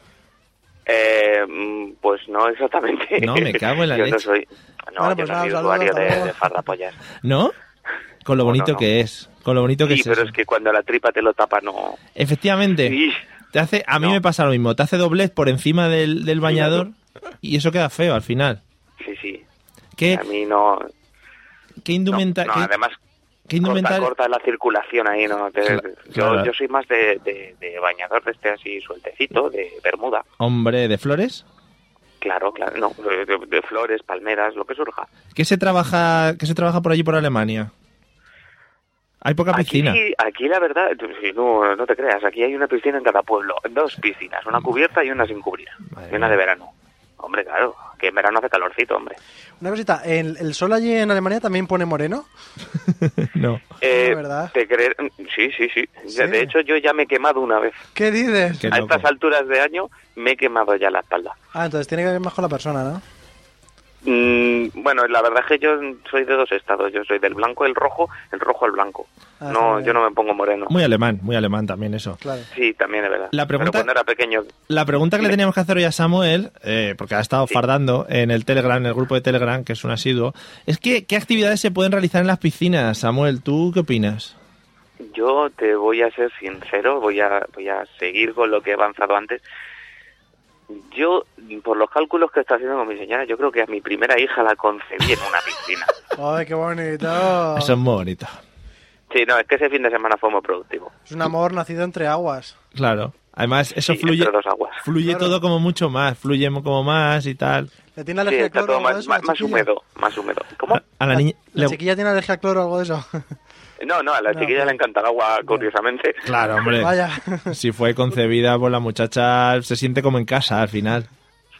Speaker 6: Eh, mm, pues no exactamente.
Speaker 1: No, me cago en la
Speaker 6: yo
Speaker 1: leche.
Speaker 6: No soy, no,
Speaker 2: Bueno,
Speaker 6: yo
Speaker 2: pues
Speaker 6: no
Speaker 2: nada,
Speaker 6: soy
Speaker 2: saludos,
Speaker 6: usuario
Speaker 2: hasta luego.
Speaker 6: de, de farrapollas.
Speaker 1: ¿No? Con lo
Speaker 6: No, no,
Speaker 1: bonito
Speaker 6: no.
Speaker 1: que es. Con lo bonito que
Speaker 6: Sí,
Speaker 1: es.
Speaker 6: pero
Speaker 1: eso.
Speaker 6: es que cuando la tripa te lo tapa, no.
Speaker 1: Efectivamente.
Speaker 6: Sí.
Speaker 1: Te hace, a mí
Speaker 6: No.
Speaker 1: me pasa lo mismo. Te hace doblez por encima del, del bañador y eso queda feo al final.
Speaker 6: Sí, sí.
Speaker 1: ¿Qué,
Speaker 6: A mí no.
Speaker 1: qué Eh,
Speaker 6: No,
Speaker 1: indumenta,
Speaker 6: no,
Speaker 1: qué-
Speaker 6: además,
Speaker 1: qué indumenta-
Speaker 6: corta, corta la circulación ahí, ¿no? Te-
Speaker 1: Cla-
Speaker 6: yo,
Speaker 1: claro.
Speaker 6: yo soy más de, de- de bañador de este así sueltecito, de bermuda.
Speaker 1: Hombre, de flores.
Speaker 6: Claro, claro. No, de, de- de flores, palmeras, lo que surja.
Speaker 1: ¿Qué se trabaja, qué se trabaja por allí por Alemania? Hay poca piscina.
Speaker 6: Aquí, aquí la verdad, tú- sí, no, no te creas, aquí hay una piscina en cada pueblo, dos piscinas, una cubierta y una sin cubrir,
Speaker 1: Madre
Speaker 6: y una
Speaker 1: mía.
Speaker 6: de verano. Hombre, claro, que en verano hace calorcito, hombre.
Speaker 2: Una cosita, ¿el, el sol allí en Alemania también pone moreno?
Speaker 1: No.
Speaker 6: Eh,
Speaker 2: verdad.
Speaker 6: ¿Te creer? Sí, sí, sí. Ya,
Speaker 2: Sí.
Speaker 6: De hecho, yo ya me he quemado una vez.
Speaker 2: ¿Qué dices?
Speaker 1: Qué
Speaker 6: a
Speaker 1: loco.
Speaker 6: estas alturas de año me he quemado ya la espalda.
Speaker 2: Ah, entonces tiene que ver más con la persona, ¿no?
Speaker 6: Mm, bueno, la verdad es que yo soy de dos estados, yo soy del blanco al rojo, el rojo al blanco.
Speaker 2: Ah, está
Speaker 6: no,
Speaker 2: bien.
Speaker 6: yo no me pongo moreno.
Speaker 1: Muy alemán, muy alemán también eso.
Speaker 2: Claro.
Speaker 6: Sí, también es verdad.
Speaker 1: La pregunta-
Speaker 6: Pero cuando era pequeño,
Speaker 1: La pregunta que le
Speaker 6: Dime.
Speaker 1: teníamos que hacer hoy a Samuel, eh, porque ha estado fardando en el Telegram, en el grupo de Telegram, que es un asiduo, es que ¿qué actividades se pueden realizar en las piscinas, Samuel? ¿Tú qué opinas?
Speaker 6: Yo te voy a ser sincero, voy a, voy a seguir con lo que he avanzado antes. Yo, por los cálculos que está haciendo con mi señora, yo creo que a mi primera hija la concebí en una piscina.
Speaker 2: ¡Ay, qué bonito!
Speaker 1: Eso es muy bonito.
Speaker 6: Sí, no, es que ese fin de semana fue muy productivo.
Speaker 2: Es un amor nacido entre aguas.
Speaker 1: Claro. Además, eso
Speaker 6: Sí,
Speaker 1: fluye,
Speaker 6: entre dos aguas.
Speaker 1: fluye
Speaker 2: Claro.
Speaker 1: todo como mucho más, fluye como más y tal.
Speaker 2: ¿Le tiene
Speaker 6: Sí,
Speaker 2: alergia al
Speaker 6: está
Speaker 2: cloro o
Speaker 6: todo
Speaker 2: algo de
Speaker 6: más,
Speaker 2: eso? la
Speaker 6: más- más
Speaker 2: chiquilla?
Speaker 6: húmedo, más húmedo. ¿Cómo?
Speaker 1: A la niña...
Speaker 2: La
Speaker 1: le-
Speaker 2: chiquilla tiene alergia al cloro o algo de eso.
Speaker 6: No, no, a la
Speaker 2: No,
Speaker 6: chiquilla
Speaker 2: no.
Speaker 6: le encanta el agua, curiosamente.
Speaker 1: Claro, hombre.
Speaker 2: Vaya.
Speaker 1: Si fue concebida por la muchacha, se siente como en casa al final.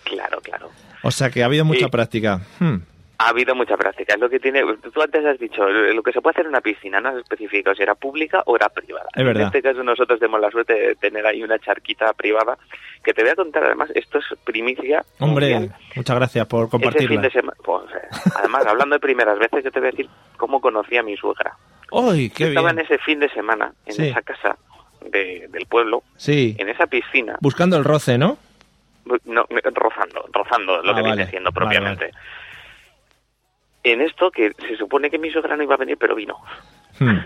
Speaker 6: Claro, claro.
Speaker 1: O sea que ha habido mucha
Speaker 6: Y-
Speaker 1: práctica. Hmm.
Speaker 6: Ha habido mucha práctica. Es lo que tiene. Tú antes has dicho lo que se puede hacer en una piscina, no has especificado si era pública o era privada.
Speaker 1: Es verdad.
Speaker 6: En este caso nosotros tenemos la suerte de tener ahí una charquita privada que te voy a contar. Además, esto es primicia.
Speaker 1: Hombre,
Speaker 6: mundial.
Speaker 1: muchas gracias por
Speaker 6: Ese fin
Speaker 1: compartirla.
Speaker 6: de semana. pues, eh, además, hablando de primeras veces, yo te voy a decir cómo conocí a mi suegra.
Speaker 1: ¡Ay,
Speaker 6: Yo
Speaker 1: qué
Speaker 6: Estaba
Speaker 1: bien!
Speaker 6: en ese fin de semana en
Speaker 1: Sí.
Speaker 6: esa casa de- del pueblo,
Speaker 1: Sí,
Speaker 6: en esa piscina,
Speaker 1: buscando el roce, ¿no?
Speaker 6: no, eh, rozando, rozando lo
Speaker 1: Ah,
Speaker 6: que
Speaker 1: vale,
Speaker 6: viene siendo
Speaker 1: vale, vale.
Speaker 6: propiamente. En esto que se supone que mi suegra no iba a venir, pero vino.
Speaker 1: Hmm,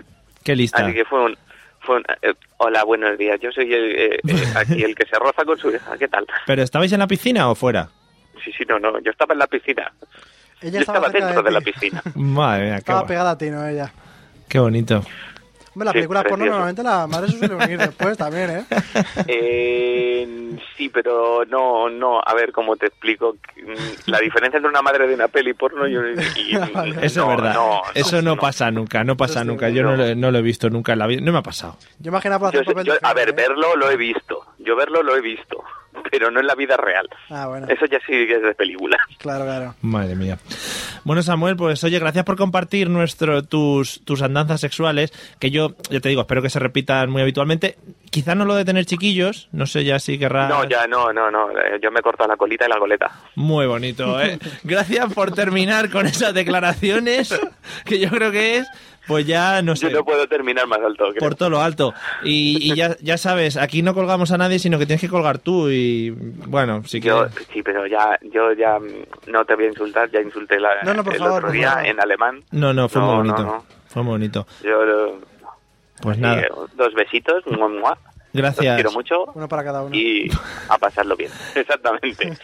Speaker 1: Qué lista.
Speaker 6: Así que fue un... Fue un eh, hola, buenos días. Yo soy el, eh, eh, aquí el que se roza con su hija. ¿Qué tal?
Speaker 1: ¿Pero estabais en la piscina o fuera?
Speaker 6: Sí, sí, no, no. Yo estaba en la piscina.
Speaker 2: Ella
Speaker 6: Yo estaba
Speaker 2: cerca
Speaker 6: dentro de la
Speaker 2: ti.
Speaker 6: piscina.
Speaker 1: Madre mía, qué,
Speaker 2: Estaba
Speaker 1: bo-
Speaker 2: pegada a ti, ¿no? Ella.
Speaker 1: qué bonito.
Speaker 2: Hombre, las
Speaker 6: Sí,
Speaker 2: películas porno
Speaker 6: precioso.
Speaker 2: normalmente las madres se suelen unir después también, ¿eh?
Speaker 6: Eh, sí, pero no, no. A ver, ¿cómo te explico? Mm, La diferencia entre una madre de una peli porno y... un- y- y-
Speaker 1: Eso
Speaker 6: no,
Speaker 1: es verdad.
Speaker 6: no,
Speaker 1: Eso no,
Speaker 6: no.
Speaker 1: pasa nunca, no pasa
Speaker 2: Eso sí,
Speaker 1: nunca. Yo no,
Speaker 6: no.
Speaker 1: lo- no lo he visto nunca en la vida. No me ha pasado.
Speaker 2: Yo imaginaba por
Speaker 6: Yo
Speaker 2: hacer
Speaker 6: sé-
Speaker 2: papel
Speaker 6: yo-
Speaker 2: de
Speaker 6: a
Speaker 2: jefe,
Speaker 6: ver,
Speaker 2: ¿eh?
Speaker 6: verlo lo he visto. Yo verlo lo he visto. Pero no en la vida real.
Speaker 2: Ah, bueno.
Speaker 6: Eso ya sí que es de película.
Speaker 2: Claro, claro.
Speaker 1: Madre mía. Bueno, Samuel, pues oye, gracias por compartir nuestro, tus, tus andanzas sexuales, que yo, yo te digo, espero que se repitan muy habitualmente. Quizá no lo de tener chiquillos, no sé ya si querrás.
Speaker 6: No, ya no, no, no. Eh, Yo me he cortado la colita y la goleta.
Speaker 1: Muy bonito, ¿eh? Gracias por terminar con esas declaraciones, que yo creo que es, pues ya no sé.
Speaker 6: Yo no puedo terminar más alto. creo.
Speaker 1: Por todo lo alto. Y, y ya, ya sabes, aquí no colgamos a nadie, sino que tienes que colgar tú. Y bueno, si
Speaker 6: Yo,
Speaker 1: quieres.
Speaker 6: sí, pero ya, yo ya mm, no te voy a insultar, ya insulté la,
Speaker 2: No, no, por
Speaker 6: el
Speaker 2: favor,
Speaker 6: otro
Speaker 2: por
Speaker 6: día
Speaker 2: favor.
Speaker 6: en alemán.
Speaker 1: No, no, fue muy
Speaker 6: No, no,
Speaker 1: bonito.
Speaker 6: no.
Speaker 1: Fue muy bonito.
Speaker 6: Yo, eh,
Speaker 1: Pues
Speaker 6: sí,
Speaker 1: nada,
Speaker 6: eh, dos besitos, mua, mua. Los
Speaker 1: gracias.
Speaker 6: quiero mucho
Speaker 2: Uno para cada uno.
Speaker 6: y a pasarlo bien. Exactamente.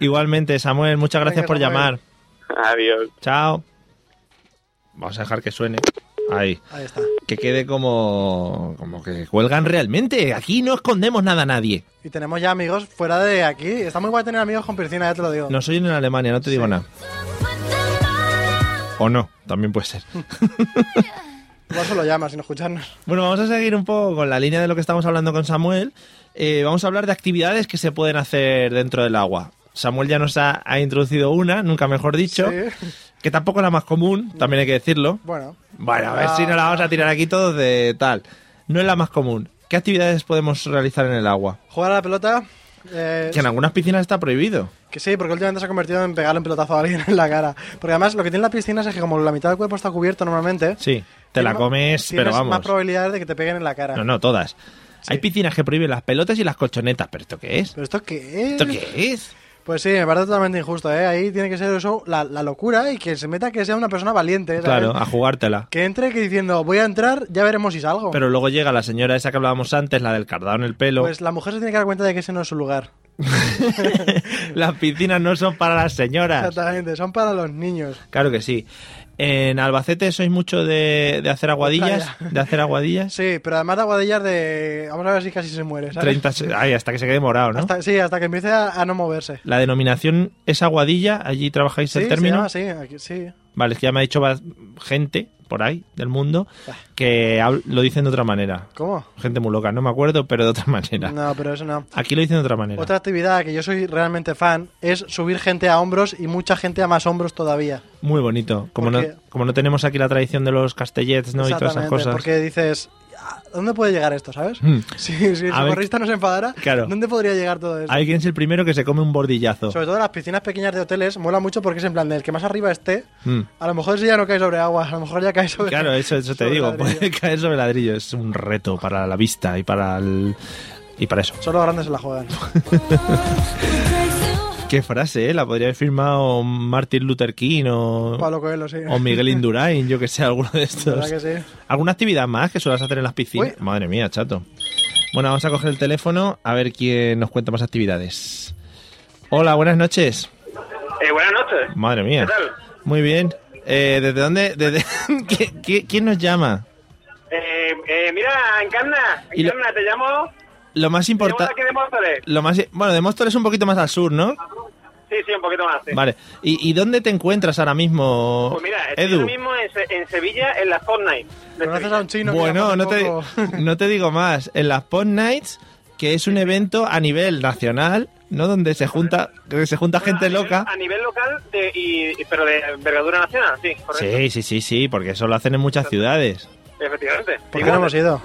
Speaker 1: Igualmente, Samuel, muchas gracias
Speaker 2: Venga,
Speaker 1: por
Speaker 2: Samuel.
Speaker 1: llamar.
Speaker 6: Adiós.
Speaker 1: Chao. Vamos a dejar que suene. Ahí.
Speaker 2: Ahí está.
Speaker 1: Que quede como, como que cuelgan realmente. Aquí no escondemos nada a nadie.
Speaker 2: Y tenemos ya amigos fuera de aquí. Está muy guay tener amigos con piscina, ya te lo digo.
Speaker 1: Nos oyen en Alemania, no te digo nada. O no, también puede ser.
Speaker 2: Igual solo llama sin escucharnos.
Speaker 1: Bueno, vamos a seguir un poco con la línea de lo que estamos hablando con Samuel. Eh, vamos a hablar de actividades que se pueden hacer dentro del agua. Samuel ya nos ha, ha introducido una, nunca mejor dicho,
Speaker 2: Sí.
Speaker 1: que tampoco es la más común, también hay que decirlo.
Speaker 2: Bueno.
Speaker 1: Bueno, a ver si nos la vamos a tirar aquí todos de tal. No es la más común. ¿Qué actividades podemos realizar en el agua?
Speaker 2: Jugar a la pelota. eh,
Speaker 1: Que en algunas piscinas está prohibido.
Speaker 2: que sí, porque últimamente se ha convertido en pegarle un pelotazo a alguien en la cara. Porque además lo que tiene la piscina es que como la mitad del cuerpo está cubierto normalmente,
Speaker 1: Sí, te la
Speaker 2: tienes-
Speaker 1: comes,
Speaker 2: tienes
Speaker 1: pero vamos.
Speaker 2: más probabilidades de que te peguen en la cara.
Speaker 1: No, no, todas. Hay piscinas que prohíben las pelotas y las colchonetas, pero ¿esto qué es?
Speaker 2: ¿Pero esto qué es?
Speaker 1: ¿Esto qué es?
Speaker 2: Pues sí, me parece totalmente injusto, ¿eh? Ahí tiene que ser eso, la, la locura y que se meta que sea una persona valiente, ¿sabes?
Speaker 1: Claro, a jugártela.
Speaker 2: Que entre que diciendo, voy a entrar, ya veremos si salgo.
Speaker 1: Pero luego llega la señora esa que hablábamos antes, la del cardado en el pelo.
Speaker 2: Pues la mujer se tiene que dar cuenta de que ese no es su lugar.
Speaker 1: las piscinas no son para las señoras.
Speaker 2: Exactamente, son para los niños.
Speaker 1: Claro que sí. En Albacete sois mucho de, de hacer aguadillas,
Speaker 2: Playa.
Speaker 1: de hacer aguadillas.
Speaker 2: Sí, pero además de aguadillas de... Vamos a ver si casi se muere, ¿sabes?
Speaker 1: 30, se- ay, hasta que se quede morado, ¿no?
Speaker 2: Hasta- sí, hasta que empiece a, a no moverse.
Speaker 1: La denominación es aguadilla, allí trabajáis
Speaker 2: Sí,
Speaker 1: el
Speaker 2: se
Speaker 1: término.
Speaker 2: llama así, aquí- sí.
Speaker 1: Vale, es que ya me ha dicho va- gente por ahí del mundo
Speaker 2: Ah.
Speaker 1: que hab- lo dicen de otra manera.
Speaker 2: ¿Cómo?
Speaker 1: Gente muy loca, no me acuerdo, pero de otra manera.
Speaker 2: No, pero eso no.
Speaker 1: Aquí lo dicen de otra manera.
Speaker 2: Otra actividad que yo soy realmente fan es subir gente a hombros y mucha gente a más hombros todavía.
Speaker 1: Muy bonito. Como no,
Speaker 2: Porque-
Speaker 1: como no tenemos aquí la tradición de los castellets, ¿no? Y todas esas
Speaker 2: Exactamente,
Speaker 1: cosas.
Speaker 2: porque dices, "¿A ¿dónde puede llegar esto, sabes?
Speaker 1: Hmm.
Speaker 2: Si, si el
Speaker 1: A ver-
Speaker 2: socorrista nos enfadara,
Speaker 1: Claro.
Speaker 2: ¿dónde podría llegar todo esto?
Speaker 1: Alguien es el primero que se come un bordillazo.
Speaker 2: Sobre todo las piscinas pequeñas de hoteles mola mucho porque es en plan del que más arriba esté,
Speaker 1: Mm.
Speaker 2: a lo mejor si ya no cae sobre agua, a lo mejor ya cae sobre
Speaker 1: Claro, eso, eso te
Speaker 2: sobre
Speaker 1: digo.
Speaker 2: ladrillo.
Speaker 1: Puede caer sobre ladrillo. Es un reto para la vista y para el... Y para eso.
Speaker 2: Solo grandes se la juegan.
Speaker 1: Qué frase, ¿eh? La podría haber firmado Martin Luther King o,
Speaker 2: Pablo Coelho, sí.
Speaker 1: o Miguel Indurain, yo que sé, alguno de
Speaker 2: La verdad
Speaker 1: estos.
Speaker 2: que sí.
Speaker 1: ¿Alguna actividad más que suelas hacer en las piscinas?
Speaker 2: Uy.
Speaker 1: Madre mía, chato. Bueno, vamos a coger el teléfono a ver quién nos cuenta más actividades. Hola, buenas noches.
Speaker 6: Eh, buenas noches.
Speaker 1: Madre mía.
Speaker 6: ¿Qué tal?
Speaker 1: Muy bien. Eh, ¿Desde dónde? Desde... ¿Qui- qui- ¿Quién nos llama?
Speaker 6: Eh, mira, Encarna,
Speaker 1: Y lo- Encarna,
Speaker 6: te llamo.
Speaker 1: Lo más importante.
Speaker 6: de Móstoles.
Speaker 1: Lo más, bueno, de Móstoles un poquito más al sur, ¿no?
Speaker 6: Sí, Ah, sí, Pues un poquito más.
Speaker 1: Vale. ¿Y, y dónde te encuentras ahora mismo, Edu?
Speaker 6: en, Sevilla en la Fortnite.
Speaker 2: Conoces a un chino. que
Speaker 1: bueno,
Speaker 2: llama
Speaker 1: no te,
Speaker 2: tampoco.
Speaker 1: no te digo más. En las Pod Nights, que es un evento a nivel nacional, ¿no? Donde se junta, que se junta gente
Speaker 6: Bueno, a
Speaker 1: loca.
Speaker 6: nivel- A nivel local, de, y, pero de envergadura nacional, sí, correcto.
Speaker 1: Sí, sí, sí, sí, porque eso lo hacen en muchas ciudades.
Speaker 6: Efectivamente.
Speaker 2: ¿Por qué
Speaker 6: Igual,
Speaker 2: no hemos ido?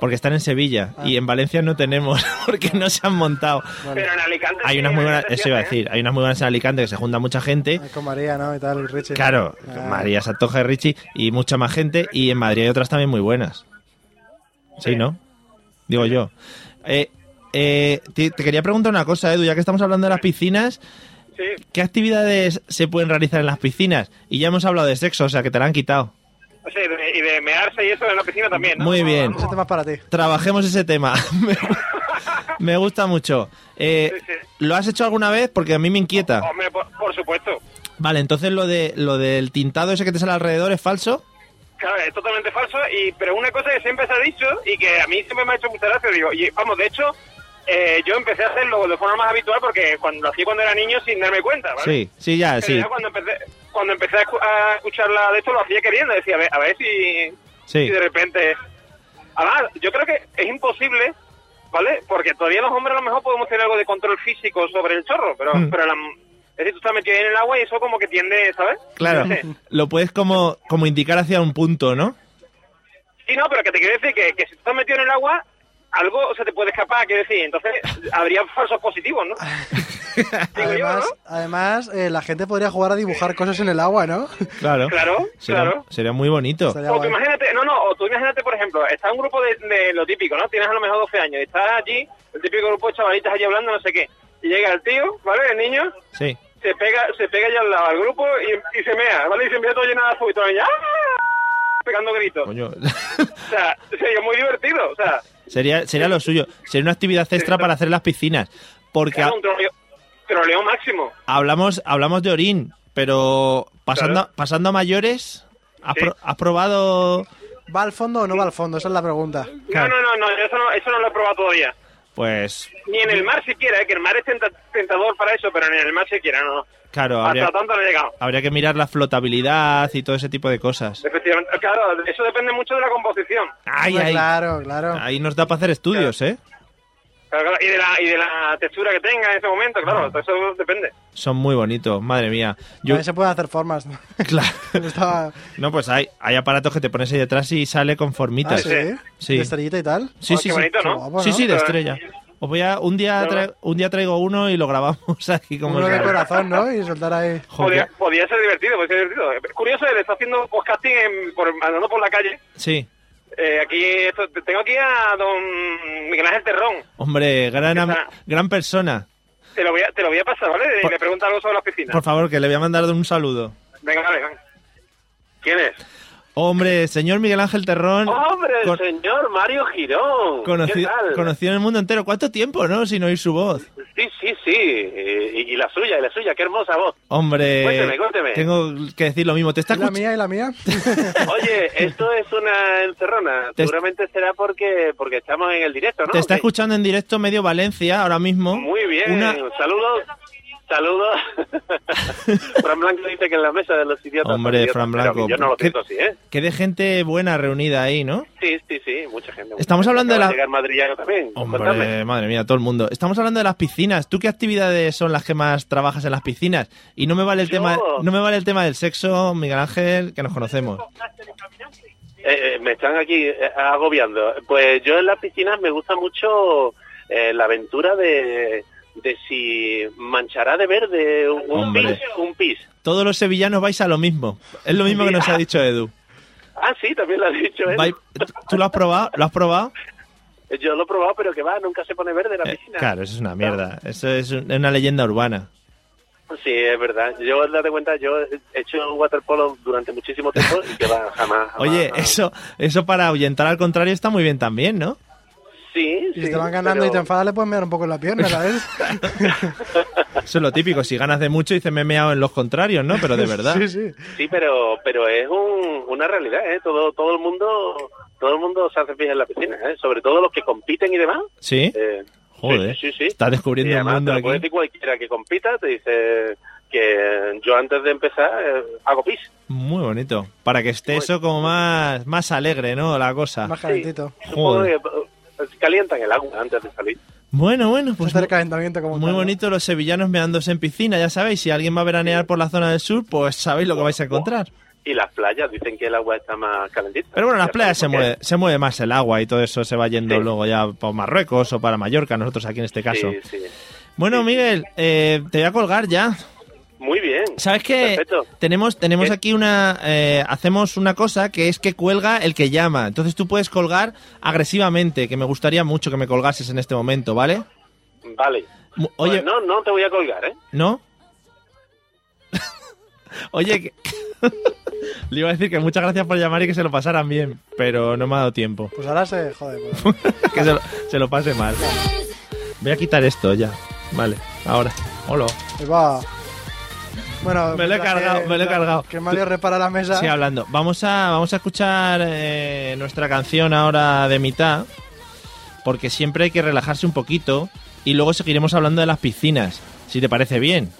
Speaker 1: Porque están en Sevilla
Speaker 6: Ah.
Speaker 1: y en Valencia no tenemos, porque no se han montado.
Speaker 6: Pero en Alicante.
Speaker 1: Hay
Speaker 6: sí,
Speaker 1: unas muy
Speaker 6: en
Speaker 1: buenas,
Speaker 6: Alicante
Speaker 1: eso
Speaker 6: sí ¿eh?
Speaker 1: iba a
Speaker 6: hacen,
Speaker 1: decir, hay unas muy buenas en Alicante que se junta mucha gente.
Speaker 2: Ay, Con María, ¿no? Y tal, y Richie.
Speaker 1: Claro,
Speaker 2: Ah.
Speaker 1: María Santoja y Richie y mucha más gente. Y en Madrid hay otras también muy buenas. Sí, ¿no? Digo yo. Eh, eh, te, te quería preguntar una cosa, Edu, ya que estamos hablando de las piscinas,
Speaker 6: ¿eh? Sí.
Speaker 1: ¿qué actividades se pueden realizar en las piscinas? Y ya hemos hablado de sexo, o sea que te la han quitado.
Speaker 6: O sea, de- y de mearse y eso en la piscina también, ¿no?
Speaker 1: Muy bien.
Speaker 2: Ese tema es para ti.
Speaker 1: Trabajemos ese tema. Me- Me gusta mucho. Eh,
Speaker 6: Sí, sí.
Speaker 1: ¿Lo has hecho alguna vez? Porque a mí me inquieta.
Speaker 6: Hombre, por, por supuesto.
Speaker 1: Vale, entonces lo de lo del tintado ese que te sale alrededor es falso.
Speaker 7: Claro, es totalmente falso, y, pero una cosa que siempre se ha dicho y que a mí siempre me ha hecho mucha gracia, digo, y vamos, de hecho, eh, yo empecé a hacerlo de forma más habitual porque cuando lo hacía cuando era niño sin darme cuenta, ¿vale?
Speaker 1: Sí, sí, ya,
Speaker 7: Pero
Speaker 1: sí.
Speaker 7: ya cuando empecé, cuando empecé a escu- a escuchar la de esto lo hacía queriendo, decía, a ver, a ver si,
Speaker 1: Sí.
Speaker 7: si de repente... Además, yo creo que es imposible, ¿vale? Porque todavía los hombres a lo mejor podemos tener algo de control físico sobre el chorro, pero,
Speaker 1: Mm.
Speaker 7: pero la, es decir, tú estás metido ahí en el agua y eso como que tiende, ¿sabes?
Speaker 1: Claro,
Speaker 7: No sé.
Speaker 1: lo puedes como, como indicar hacia un punto, ¿no?
Speaker 7: Sí, no, pero que te quiero decir que, que si estás metido en el agua, algo se te puede escapar, quiero decir. Entonces, habría falsos positivos, ¿no? Digo yo,
Speaker 2: Además, además eh, la gente podría jugar a dibujar cosas en el agua, ¿no?
Speaker 1: Claro.
Speaker 7: ¿no? Claro,
Speaker 1: Sería,
Speaker 7: claro.
Speaker 1: sería muy bonito.
Speaker 2: Estaría
Speaker 7: O tú
Speaker 2: guay.
Speaker 7: imagínate, no, no, o tú imagínate, por ejemplo, está un grupo de, de lo típico, ¿no? Tienes a lo mejor 12 años y estás allí, el típico grupo de chavalitas allí hablando, no sé qué. Y llega el tío, ¿vale? El niño,
Speaker 1: Sí.
Speaker 7: se pega, se pega ya al lado al grupo y, y se mea, ¿vale? Y se empieza todo lleno de azul y todo allá, pegando gritos.
Speaker 1: Coño.
Speaker 7: O sea, sería muy divertido, o sea.
Speaker 1: sería, sería lo suyo. Sería una actividad extra para hacer las piscinas. Porque
Speaker 7: Claro,
Speaker 1: ha-
Speaker 7: un troleo, troleo máximo.
Speaker 1: hablamos, hablamos de orín, pero pasando,
Speaker 7: Claro.
Speaker 1: pasando a mayores, ¿has,
Speaker 7: Sí.
Speaker 1: pro- has probado?
Speaker 2: ¿Va al fondo o no va al fondo? Esa es la pregunta.
Speaker 7: No,
Speaker 1: Claro.
Speaker 7: no, no, no, eso no, eso no lo he probado todavía.
Speaker 1: Pues,
Speaker 7: Ni en el mar siquiera, eh, que el mar es tenta- tentador para eso, pero ni en el mar siquiera, no. no.
Speaker 1: claro, habría,
Speaker 7: Hasta tanto no he llegado.
Speaker 1: habría que mirar la flotabilidad y todo ese tipo de cosas.
Speaker 7: Efectivamente, claro, eso depende mucho de la composición.
Speaker 1: Ay,
Speaker 2: Hombre,
Speaker 1: ay,
Speaker 2: Claro, claro.
Speaker 1: ahí nos da para hacer estudios, ¿eh?
Speaker 7: Claro, claro, y, de la, y de la textura que tenga en ese momento, claro, todo eso depende.
Speaker 1: Son muy bonitos, madre mía. Yo,
Speaker 2: También se pueden hacer formas. ¿no?
Speaker 1: claro.
Speaker 2: Estaba...
Speaker 1: No, pues hay, hay aparatos que te pones ahí detrás y sale con
Speaker 2: Ah,
Speaker 1: formitas.
Speaker 2: ¿sí?
Speaker 1: Sí.
Speaker 2: ¿De estrellita y tal?
Speaker 1: Sí,
Speaker 7: Oh,
Speaker 1: sí,
Speaker 7: qué
Speaker 1: sí.
Speaker 7: bonito, ¿no?
Speaker 2: Qué guapo,
Speaker 1: Sí,
Speaker 2: ¿no?
Speaker 1: sí, de
Speaker 7: Pero-
Speaker 1: estrella. Os voy a, un día
Speaker 7: Pero-
Speaker 1: tra- un día traigo uno y lo grabamos aquí como
Speaker 2: Uno de
Speaker 1: sea.
Speaker 2: corazón, ¿no? Y soltar ahí...
Speaker 1: Jo,
Speaker 7: Podría,
Speaker 1: qué-
Speaker 7: podría ser divertido, podría ser divertido. Eh, Curioso, él está haciendo podcasting en- por, andando por la calle.
Speaker 1: Sí.
Speaker 7: Eh, aquí esto- tengo aquí a don Miguel Ángel Terrón.
Speaker 1: Hombre, gran, am-
Speaker 7: Esa-
Speaker 1: gran persona.
Speaker 7: Te lo voy a, te lo voy a pasar, ¿vale?
Speaker 1: Por-
Speaker 7: Le pregunta algo sobre las piscinas.
Speaker 1: Por favor, que le voy a mandar un saludo.
Speaker 7: Venga, vale, venga. ¿Quién es?
Speaker 1: Hombre, señor Miguel Ángel Terrón,
Speaker 7: ¡Hombre, el
Speaker 1: con-
Speaker 7: señor Mario Girón!
Speaker 1: conocido,
Speaker 7: ¿Qué tal?
Speaker 1: conocido en el mundo entero. ¿Cuánto tiempo, no? Sin oír su voz.
Speaker 7: Sí, sí, sí. Eh, Y, y la suya, y la suya. ¡Qué hermosa voz!
Speaker 1: Hombre,
Speaker 7: Cuénteme, cuénteme.
Speaker 1: tengo que decir lo mismo. Te está
Speaker 2: ¿Y la
Speaker 1: escuch-
Speaker 2: mía y la mía?
Speaker 7: Oye, esto es una encerrona.
Speaker 1: Te-
Speaker 7: Seguramente será porque, porque estamos en el directo, ¿no?
Speaker 1: Te está
Speaker 7: Sí.
Speaker 1: escuchando en directo medio Valencia ahora mismo.
Speaker 7: Ah, Muy bien.
Speaker 1: Una-
Speaker 7: Saludos. Saludos. Fran Blanco dice que en la mesa de los idiotas...
Speaker 1: Hombre,
Speaker 7: idiotas,
Speaker 1: Fran
Speaker 7: pero
Speaker 1: Blanco,
Speaker 7: Yo no lo
Speaker 1: ¿qué-
Speaker 7: siento así, ¿eh?
Speaker 1: Que de gente buena reunida ahí, ¿no?
Speaker 7: Sí, sí, sí. Mucha gente.
Speaker 1: Estamos
Speaker 7: Mucha
Speaker 1: hablando
Speaker 7: gente.
Speaker 1: de
Speaker 7: Acaba
Speaker 1: la-
Speaker 7: llegar madrillano también.
Speaker 1: Hombre,
Speaker 7: Pues Cuéntame.
Speaker 1: madre mía, todo el mundo. Estamos hablando de las piscinas. ¿Tú qué actividades son las que más trabajas en las piscinas? Y no me vale el
Speaker 7: Yo-
Speaker 1: tema, no me vale el tema del sexo, Miguel Ángel, que nos conocemos.
Speaker 7: Eh, eh, me están aquí eh, agobiando. Pues yo en las piscinas me gusta mucho eh, la aventura de, de si manchará de verde un
Speaker 1: Hombre.
Speaker 7: pis, un pis.
Speaker 1: Todos los sevillanos vais a lo mismo. Es lo mismo que nos ha dicho Edu.
Speaker 7: Ah, sí, también lo has dicho. ¿eh?
Speaker 1: Vai- ¿Tú lo has probado? ¿Lo has probado?
Speaker 7: Yo lo he probado, pero que va, nunca se pone verde la
Speaker 1: Eh,
Speaker 7: piscina.
Speaker 1: claro, eso es una mierda. Eso es un- es una leyenda urbana.
Speaker 7: Sí, es verdad. Yo, date cuenta, yo he hecho un waterpolo durante muchísimo tiempo y que Ah, va, jamás. jamás,
Speaker 1: Oye,
Speaker 7: jamás.
Speaker 1: eso, eso para ahuyentar al contrario está muy bien también, ¿no?
Speaker 7: Sí,
Speaker 2: Y
Speaker 7: sí,
Speaker 2: si te van ganando y te
Speaker 7: pero-
Speaker 2: enfadas, le puedes mirar un poco en la pierna, ¿sabes?
Speaker 1: Eso es lo típico. Si ganas de mucho, dices me he meado en los contrarios, ¿no? Pero de verdad.
Speaker 2: Sí, sí.
Speaker 7: Sí, pero pero es un, una realidad, ¿eh? Todo todo el mundo todo el mundo se hace pis en la piscina, ¿eh? Sobre todo los que compiten y demás.
Speaker 1: ¿Sí?
Speaker 7: Eh,
Speaker 1: Joder.
Speaker 7: Sí, sí, sí.
Speaker 1: Estás descubriendo
Speaker 7: y
Speaker 1: el
Speaker 7: además,
Speaker 1: mundo
Speaker 7: te lo puede
Speaker 1: aquí.
Speaker 7: decir cualquiera que compita, te dice que yo antes de empezar eh, hago pis.
Speaker 1: Muy bonito. Para que esté eso como más, más alegre, ¿no? La cosa.
Speaker 2: Más calentito.
Speaker 7: Supongo
Speaker 1: Joder.
Speaker 7: que, eh, calientan el agua antes de salir.
Speaker 1: Bueno, bueno, pues
Speaker 2: Hacer
Speaker 1: mu-
Speaker 2: calentamiento como
Speaker 1: muy
Speaker 2: tal, ¿no?
Speaker 1: bonito los sevillanos meándose en piscina, ya sabéis. Si alguien va a veranear por la zona del sur, pues sabéis lo que vais a encontrar.
Speaker 7: Y las playas dicen que el agua está más calentita.
Speaker 1: Pero bueno, en las
Speaker 7: Ya
Speaker 1: playas se
Speaker 7: sabemos
Speaker 1: mueve, se mueve más el agua y todo eso se va yendo
Speaker 7: Sí.
Speaker 1: luego ya para Marruecos o para Mallorca, nosotros aquí en este
Speaker 7: que-
Speaker 1: caso.
Speaker 7: Sí, sí.
Speaker 1: Bueno,
Speaker 7: Sí, sí.
Speaker 1: Miguel, eh, te voy a colgar ya.
Speaker 7: Muy bien.
Speaker 1: ¿Sabes qué?
Speaker 7: Perfecto.
Speaker 1: Tenemos, tenemos
Speaker 7: ¿Qué?
Speaker 1: aquí una. eh, hacemos una cosa que es que cuelga el que llama. Entonces tú puedes colgar agresivamente, que me gustaría mucho que me colgases en este momento, ¿vale?
Speaker 7: Vale.
Speaker 1: Mu-
Speaker 7: Pues
Speaker 1: Oye,
Speaker 7: no, no te voy a colgar, ¿eh?
Speaker 1: ¿no? Oye, que- le iba a decir que muchas gracias por llamar y que se lo pasaran bien, pero no me ha dado tiempo.
Speaker 2: Pues ahora se... Joder, pues.
Speaker 1: que se lo, se lo pase mal. Voy a quitar esto ya. Vale, ahora. Hola.
Speaker 2: Ahí va. Bueno,
Speaker 1: Me lo he
Speaker 2: mientras
Speaker 1: cargado,
Speaker 2: que-
Speaker 1: me lo he cargado.
Speaker 2: Que Mario repara la mesa.
Speaker 1: Sí, hablando. Vamos a, vamos a escuchar eh, nuestra canción ahora de mitad, porque siempre hay que relajarse un poquito y luego seguiremos hablando de las piscinas, si te parece bien.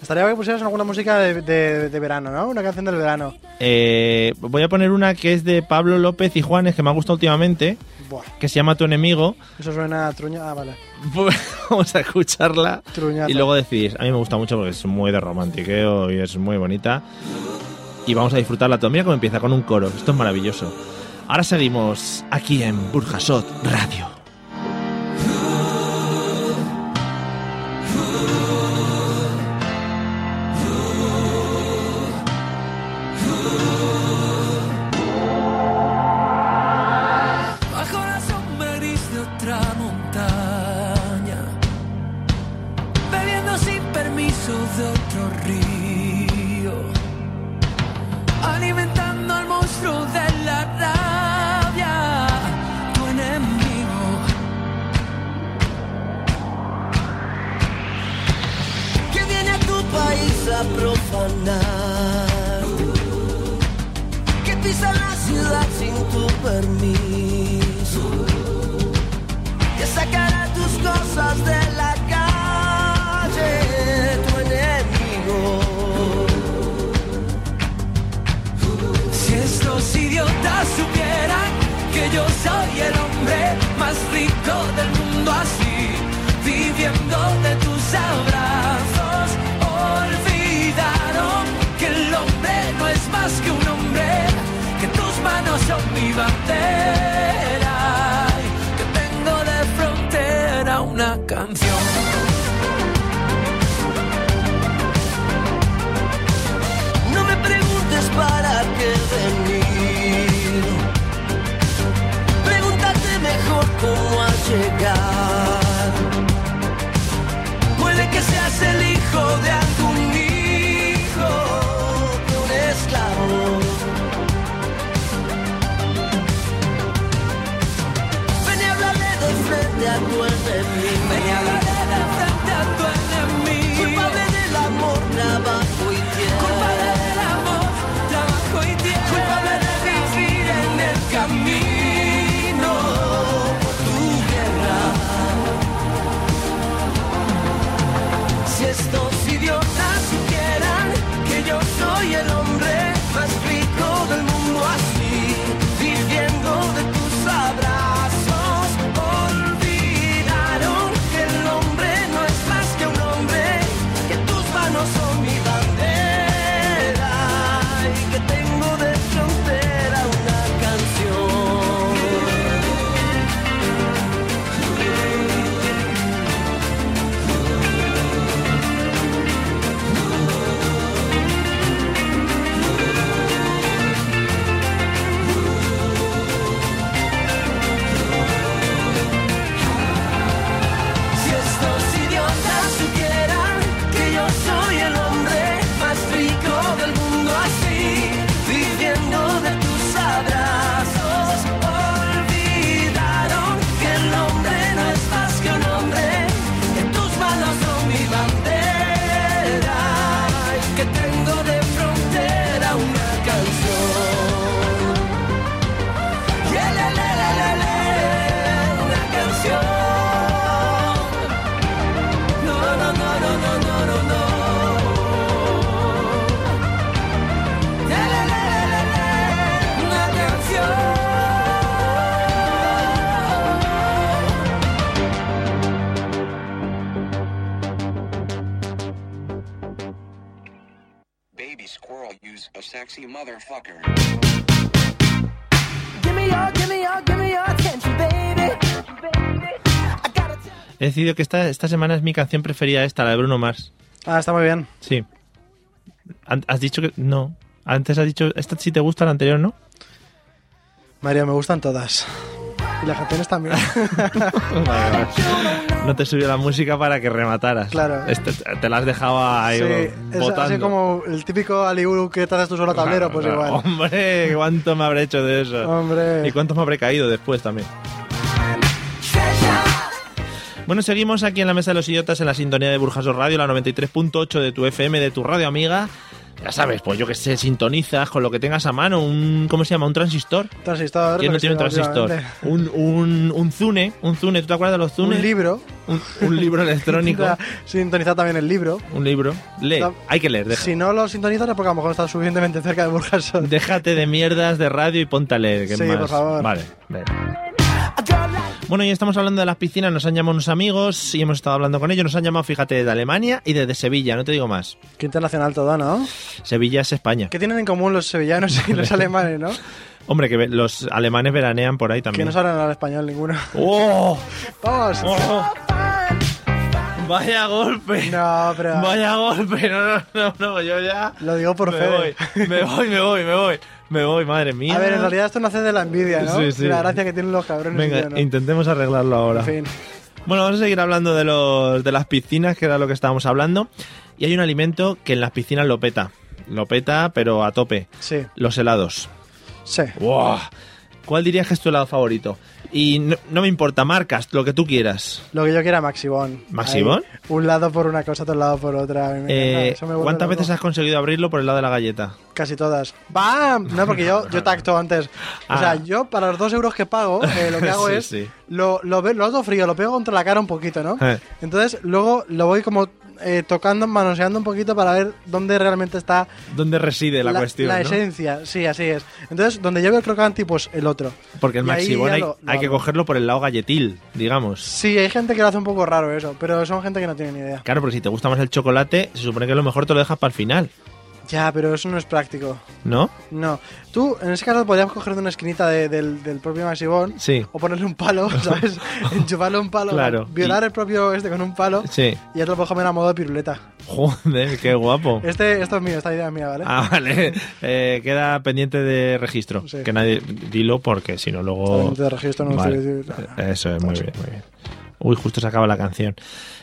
Speaker 2: Estaría bien que pusieras alguna música de, de- de verano, ¿no? Una canción del verano.
Speaker 1: Eh, voy a poner una que es de Pablo López y Juanes, que me ha gustado últimamente,
Speaker 2: Buah,
Speaker 1: que se llama Tu enemigo.
Speaker 2: eso suena a truña. Ah, vale.
Speaker 1: Vamos a escucharla
Speaker 2: Truñazo.
Speaker 1: y luego decidís. A mí me gusta mucho porque es muy de romantiqueo y es muy bonita. Y vamos a disfrutarla todo. Mira cómo empieza con un coro. Esto es maravilloso. Ahora seguimos aquí en Burjasot Radio.
Speaker 3: Bajo la sombrerís de otra montaña, bebiendo sin permiso de otro río, alimentando al monstruo de la rabia, tu enemigo. Que viene a tu país a profanar que pisa la ciudad sin tu permiso. Que sacará tus cosas de la calle, tu enemigo. Si estos idiotas supieran que yo soy el hombre más rico del mundo así, viviendo de tus abrazos, olvidaron que el hombre no es más que un hombre, que tus manos son mi bandera, y que tengo de frontera una canción. No me preguntes para qué venir. Pregúntate mejor cómo al llegar. Puede que seas el hijo de algún hijo, de un esclavo. Ven y háblale de frente a tu enemigo. Ven y háblale de frente a tu enemigo. Culpable del amor, trabajo y tierra. Culpable del amor, trabajo y tierra. Culpable de vivir en el camino. Tu guerra. Si estos idiotas supieran que yo soy el hombre más rico del mundo así, viviendo de tus abrazos, olvidaron que el hombre no es más que un hombre, que tus manos son mi bandera y que tengo de frontera una canción. Si estos idiotas supieran que yo soy el hombre más rico del mundo así, viviendo de tus abrazos, olvidaron que el hombre no es más que un hombre, que tus manos son mi bandera, y que tengo de frontera una canción. Yeah, la, la, la, la, la, una canción. No, no, no, no, no, no, no, no. La, la, la, la, la, la, una canción.
Speaker 8: Baby squirrel, use a sexy motherfucker.
Speaker 3: Give me your, give me your, give me your attention, baby. I gotta tell
Speaker 1: He decidido que esta, esta semana es mi canción preferida esta, la de Bruno Mars.
Speaker 2: Ah, está muy bien.
Speaker 1: Sí. An- Has dicho que... No. Antes has dicho... Esta sí te gusta, la anterior no.
Speaker 2: Mario, me gustan todas. Y las canciones también.
Speaker 1: No te subió la música para que remataras.
Speaker 2: Claro.
Speaker 1: Este- te la has dejado ahí
Speaker 2: sí, es
Speaker 1: botando.
Speaker 2: así como el típico Aliuru que te haces tú solo tablero, pues
Speaker 1: Claro,
Speaker 2: igual.
Speaker 1: Hombre, cuánto me habré hecho de eso.
Speaker 2: Hombre.
Speaker 1: Y cuánto me habré caído después también.
Speaker 3: treasure.
Speaker 1: Bueno, seguimos aquí en la Mesa de los Idiotas en la sintonía de Burjasos Radio, la 93.8 de tu FM, de tu radio amiga. Ya sabes, pues yo que sé, sintonizas con lo que tengas a mano, un. ¿Cómo se llama? Un transistor.
Speaker 2: Transistor.
Speaker 1: ¿Quién
Speaker 2: lo
Speaker 1: no
Speaker 2: que
Speaker 1: tiene un
Speaker 2: se llama
Speaker 1: transistor?
Speaker 2: últimamente.
Speaker 1: Un, un, un Zune, un Zune, ¿tú te acuerdas de los Zune?
Speaker 2: Un libro.
Speaker 1: Un, un libro electrónico.
Speaker 2: Sintoniza también el libro.
Speaker 1: un libro. Lee,
Speaker 2: Está-
Speaker 1: hay que leer, deja-
Speaker 2: Si no lo sintonizas es porque a lo mejor estás suficientemente cerca de Burjasot.
Speaker 1: Déjate de mierdas de radio y ponte a leer. que
Speaker 2: Sí,
Speaker 1: más-
Speaker 2: por favor.
Speaker 1: Vale, ven. Bueno, y estamos hablando de las piscinas. Nos han llamado unos amigos y hemos estado hablando con ellos. Nos han llamado, fíjate, de Alemania y desde Sevilla, no te digo más.
Speaker 2: Qué internacional todo, ¿no?
Speaker 1: Sevilla es España.
Speaker 2: ¿Qué tienen en común los sevillanos y los alemanes, no?
Speaker 1: Hombre, que ve- los alemanes veranean por ahí
Speaker 2: Que
Speaker 1: también.
Speaker 2: no saben hablar español ninguno.
Speaker 1: ¡Oh!
Speaker 2: ¡Vamos!
Speaker 1: ¡Oh! ¡Vaya golpe!
Speaker 2: No, pero...
Speaker 1: ¡Vaya golpe! No, no, no, no, yo ya.
Speaker 2: Lo digo por
Speaker 1: me
Speaker 2: fe.
Speaker 1: voy, me voy, me voy, me voy. Me voy, madre mía.
Speaker 2: A ver, en realidad esto nace de la envidia, ¿no?
Speaker 1: Sí, sí.
Speaker 2: De la gracia que tienen los cabrones.
Speaker 1: Venga,
Speaker 2: tío, ¿no?
Speaker 1: intentemos arreglarlo ahora.
Speaker 2: En fin.
Speaker 1: Bueno, vamos a seguir hablando de, los, de las piscinas, que era lo que estábamos hablando. Y hay un alimento que en las piscinas lo peta. Lo peta, pero a tope.
Speaker 2: Sí,
Speaker 1: Los helados.
Speaker 2: sí.
Speaker 1: ¡Wow! ¿Cuál dirías que es tu helado favorito? Y no, no me importa, marcas, lo que tú quieras.
Speaker 2: Lo que yo quiera, Maxibón.
Speaker 1: ¿Maximón?
Speaker 2: Ahí, Un lado por una cosa, otro lado por otra. A mí me encanta,
Speaker 1: Eh,
Speaker 2: eso me vuelve
Speaker 1: ¿Cuántas
Speaker 2: loco.
Speaker 1: veces has conseguido abrirlo por el lado de la galleta?
Speaker 2: Casi todas. ¡Bam! No, porque yo, yo tacto antes. O sea,
Speaker 1: Ah.
Speaker 2: yo para los dos euros que pago, eh, lo que hago
Speaker 1: Sí,
Speaker 2: es.
Speaker 1: sí.
Speaker 2: Lo, lo, ve- lo hago frío, lo pego contra la cara un poquito, ¿no?
Speaker 1: Eh.
Speaker 2: Entonces luego lo voy como eh, tocando, manoseando un poquito para ver dónde realmente está
Speaker 1: ¿Dónde reside la, cuestión?
Speaker 2: la
Speaker 1: no?
Speaker 2: esencia. Sí, así es. Entonces, donde yo veo el crocante, pues el otro.
Speaker 1: Porque el
Speaker 2: Y ahí
Speaker 1: Maximón
Speaker 2: ya
Speaker 1: hay,
Speaker 2: lo- lo
Speaker 1: hay que
Speaker 2: abro.
Speaker 1: cogerlo por el lado galletil, digamos.
Speaker 2: Sí, hay gente que lo hace un poco raro eso, pero son gente que no tiene ni idea.
Speaker 1: Claro, porque si te gusta más el chocolate, se supone que lo mejor te lo dejas para el final,
Speaker 2: Ya, pero eso no es práctico.
Speaker 1: ¿no?
Speaker 2: No. Tú, en ese caso, podrías coger de una esquinita de- del, del propio Maxibón
Speaker 1: Sí.
Speaker 2: o ponerle un palo, ¿sabes? Enchufarle un palo,
Speaker 1: Claro.
Speaker 2: violar el propio este con un palo
Speaker 1: Sí.
Speaker 2: y ya te lo puedo comer a modo de piruleta.
Speaker 1: Joder, qué guapo.
Speaker 2: Este, esto es mío, esta idea es mía, ¿vale?
Speaker 1: Ah, vale. Eh, queda pendiente de registro.
Speaker 2: Sí.
Speaker 1: Que nadie. Dilo porque si no luego.
Speaker 2: Pendiente de registro, no
Speaker 1: Vale.
Speaker 2: sé decir-
Speaker 1: Eso es, muy bien, muy bien. Uy, justo se acaba la canción.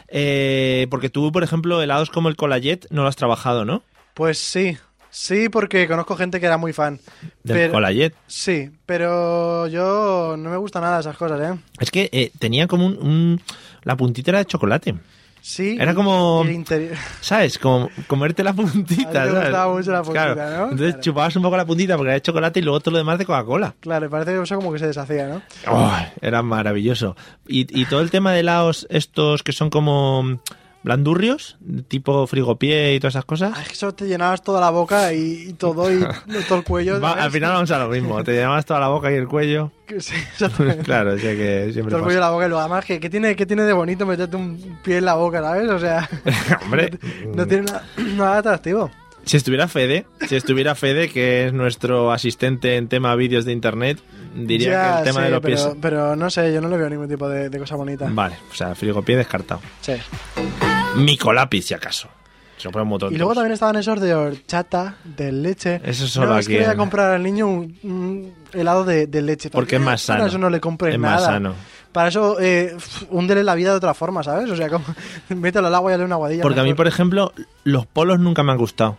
Speaker 1: Eh, porque tú, por ejemplo, helados como el Colajet no lo has trabajado, ¿no?
Speaker 2: Pues sí, sí, porque conozco gente que era muy fan.
Speaker 1: Del
Speaker 2: Pero-
Speaker 1: Colajet.
Speaker 2: Sí, pero yo no me gusta nada esas cosas, ¿eh?
Speaker 1: Es que eh, tenía como un, un- La puntita era de chocolate.
Speaker 2: Sí.
Speaker 1: Era como-
Speaker 2: y el interior-
Speaker 1: ¿Sabes? Como comerte la puntita.
Speaker 2: A ti te
Speaker 1: ¿sabes?
Speaker 2: gustaba mucho la puntita,
Speaker 1: Claro.
Speaker 2: ¿no?
Speaker 1: Entonces
Speaker 2: Claro.
Speaker 1: chupabas un poco la puntita porque era de chocolate y luego todo lo demás de Coca-Cola.
Speaker 2: Claro, parece que eso como que se deshacía, ¿no?
Speaker 1: Oh, era maravilloso. Y, y todo el tema de helados estos que son como blandurrios, tipo frigopié y todas esas
Speaker 2: Ah,
Speaker 1: cosas.
Speaker 2: es que eso te llenabas toda la boca y, y todo, y todo el cuello.
Speaker 1: Va-
Speaker 2: ¿sabes?
Speaker 1: al final vamos a lo mismo. Te llamabas toda la boca y el cuello.
Speaker 2: Que sí, exactamente.
Speaker 1: claro, o sea que siempre
Speaker 2: Todo el cuello
Speaker 1: pasa.
Speaker 2: de la boca y lo además que ¿qué tiene, qué tiene de bonito meterte un pie en la boca, ¿sabes? O sea,
Speaker 1: Hombre, mm.
Speaker 2: no tiene nada, nada atractivo.
Speaker 1: si estuviera Fede, si estuviera Fede, que es nuestro asistente en tema vídeos de internet, diría
Speaker 2: Ya,
Speaker 1: que el tema
Speaker 2: sí,
Speaker 1: de los
Speaker 2: pero,
Speaker 1: pies.
Speaker 2: pero no sé, yo no le veo ningún tipo de, de cosa bonita.
Speaker 1: Vale, o sea, frigopié descartado.
Speaker 2: Sí.
Speaker 1: Micolapis, si acaso. Se lo ponemos
Speaker 2: Y luego también estaban esos de horchata, de leche.
Speaker 1: Eso solo
Speaker 2: no, es
Speaker 1: aquí
Speaker 2: que voy a
Speaker 1: en-
Speaker 2: comprar al niño un, un helado de, de leche. ¿Por
Speaker 1: Porque es
Speaker 2: qué?
Speaker 1: más sano.
Speaker 2: Para eso no le compres
Speaker 1: Es
Speaker 2: pues nada.
Speaker 1: más sano.
Speaker 2: Para eso, eh, pf, húndele la vida de otra forma, ¿sabes? O sea, como, mételo al agua y dale una guadilla.
Speaker 1: Porque a mí,
Speaker 2: mejor.
Speaker 1: por ejemplo, los polos nunca me han gustado.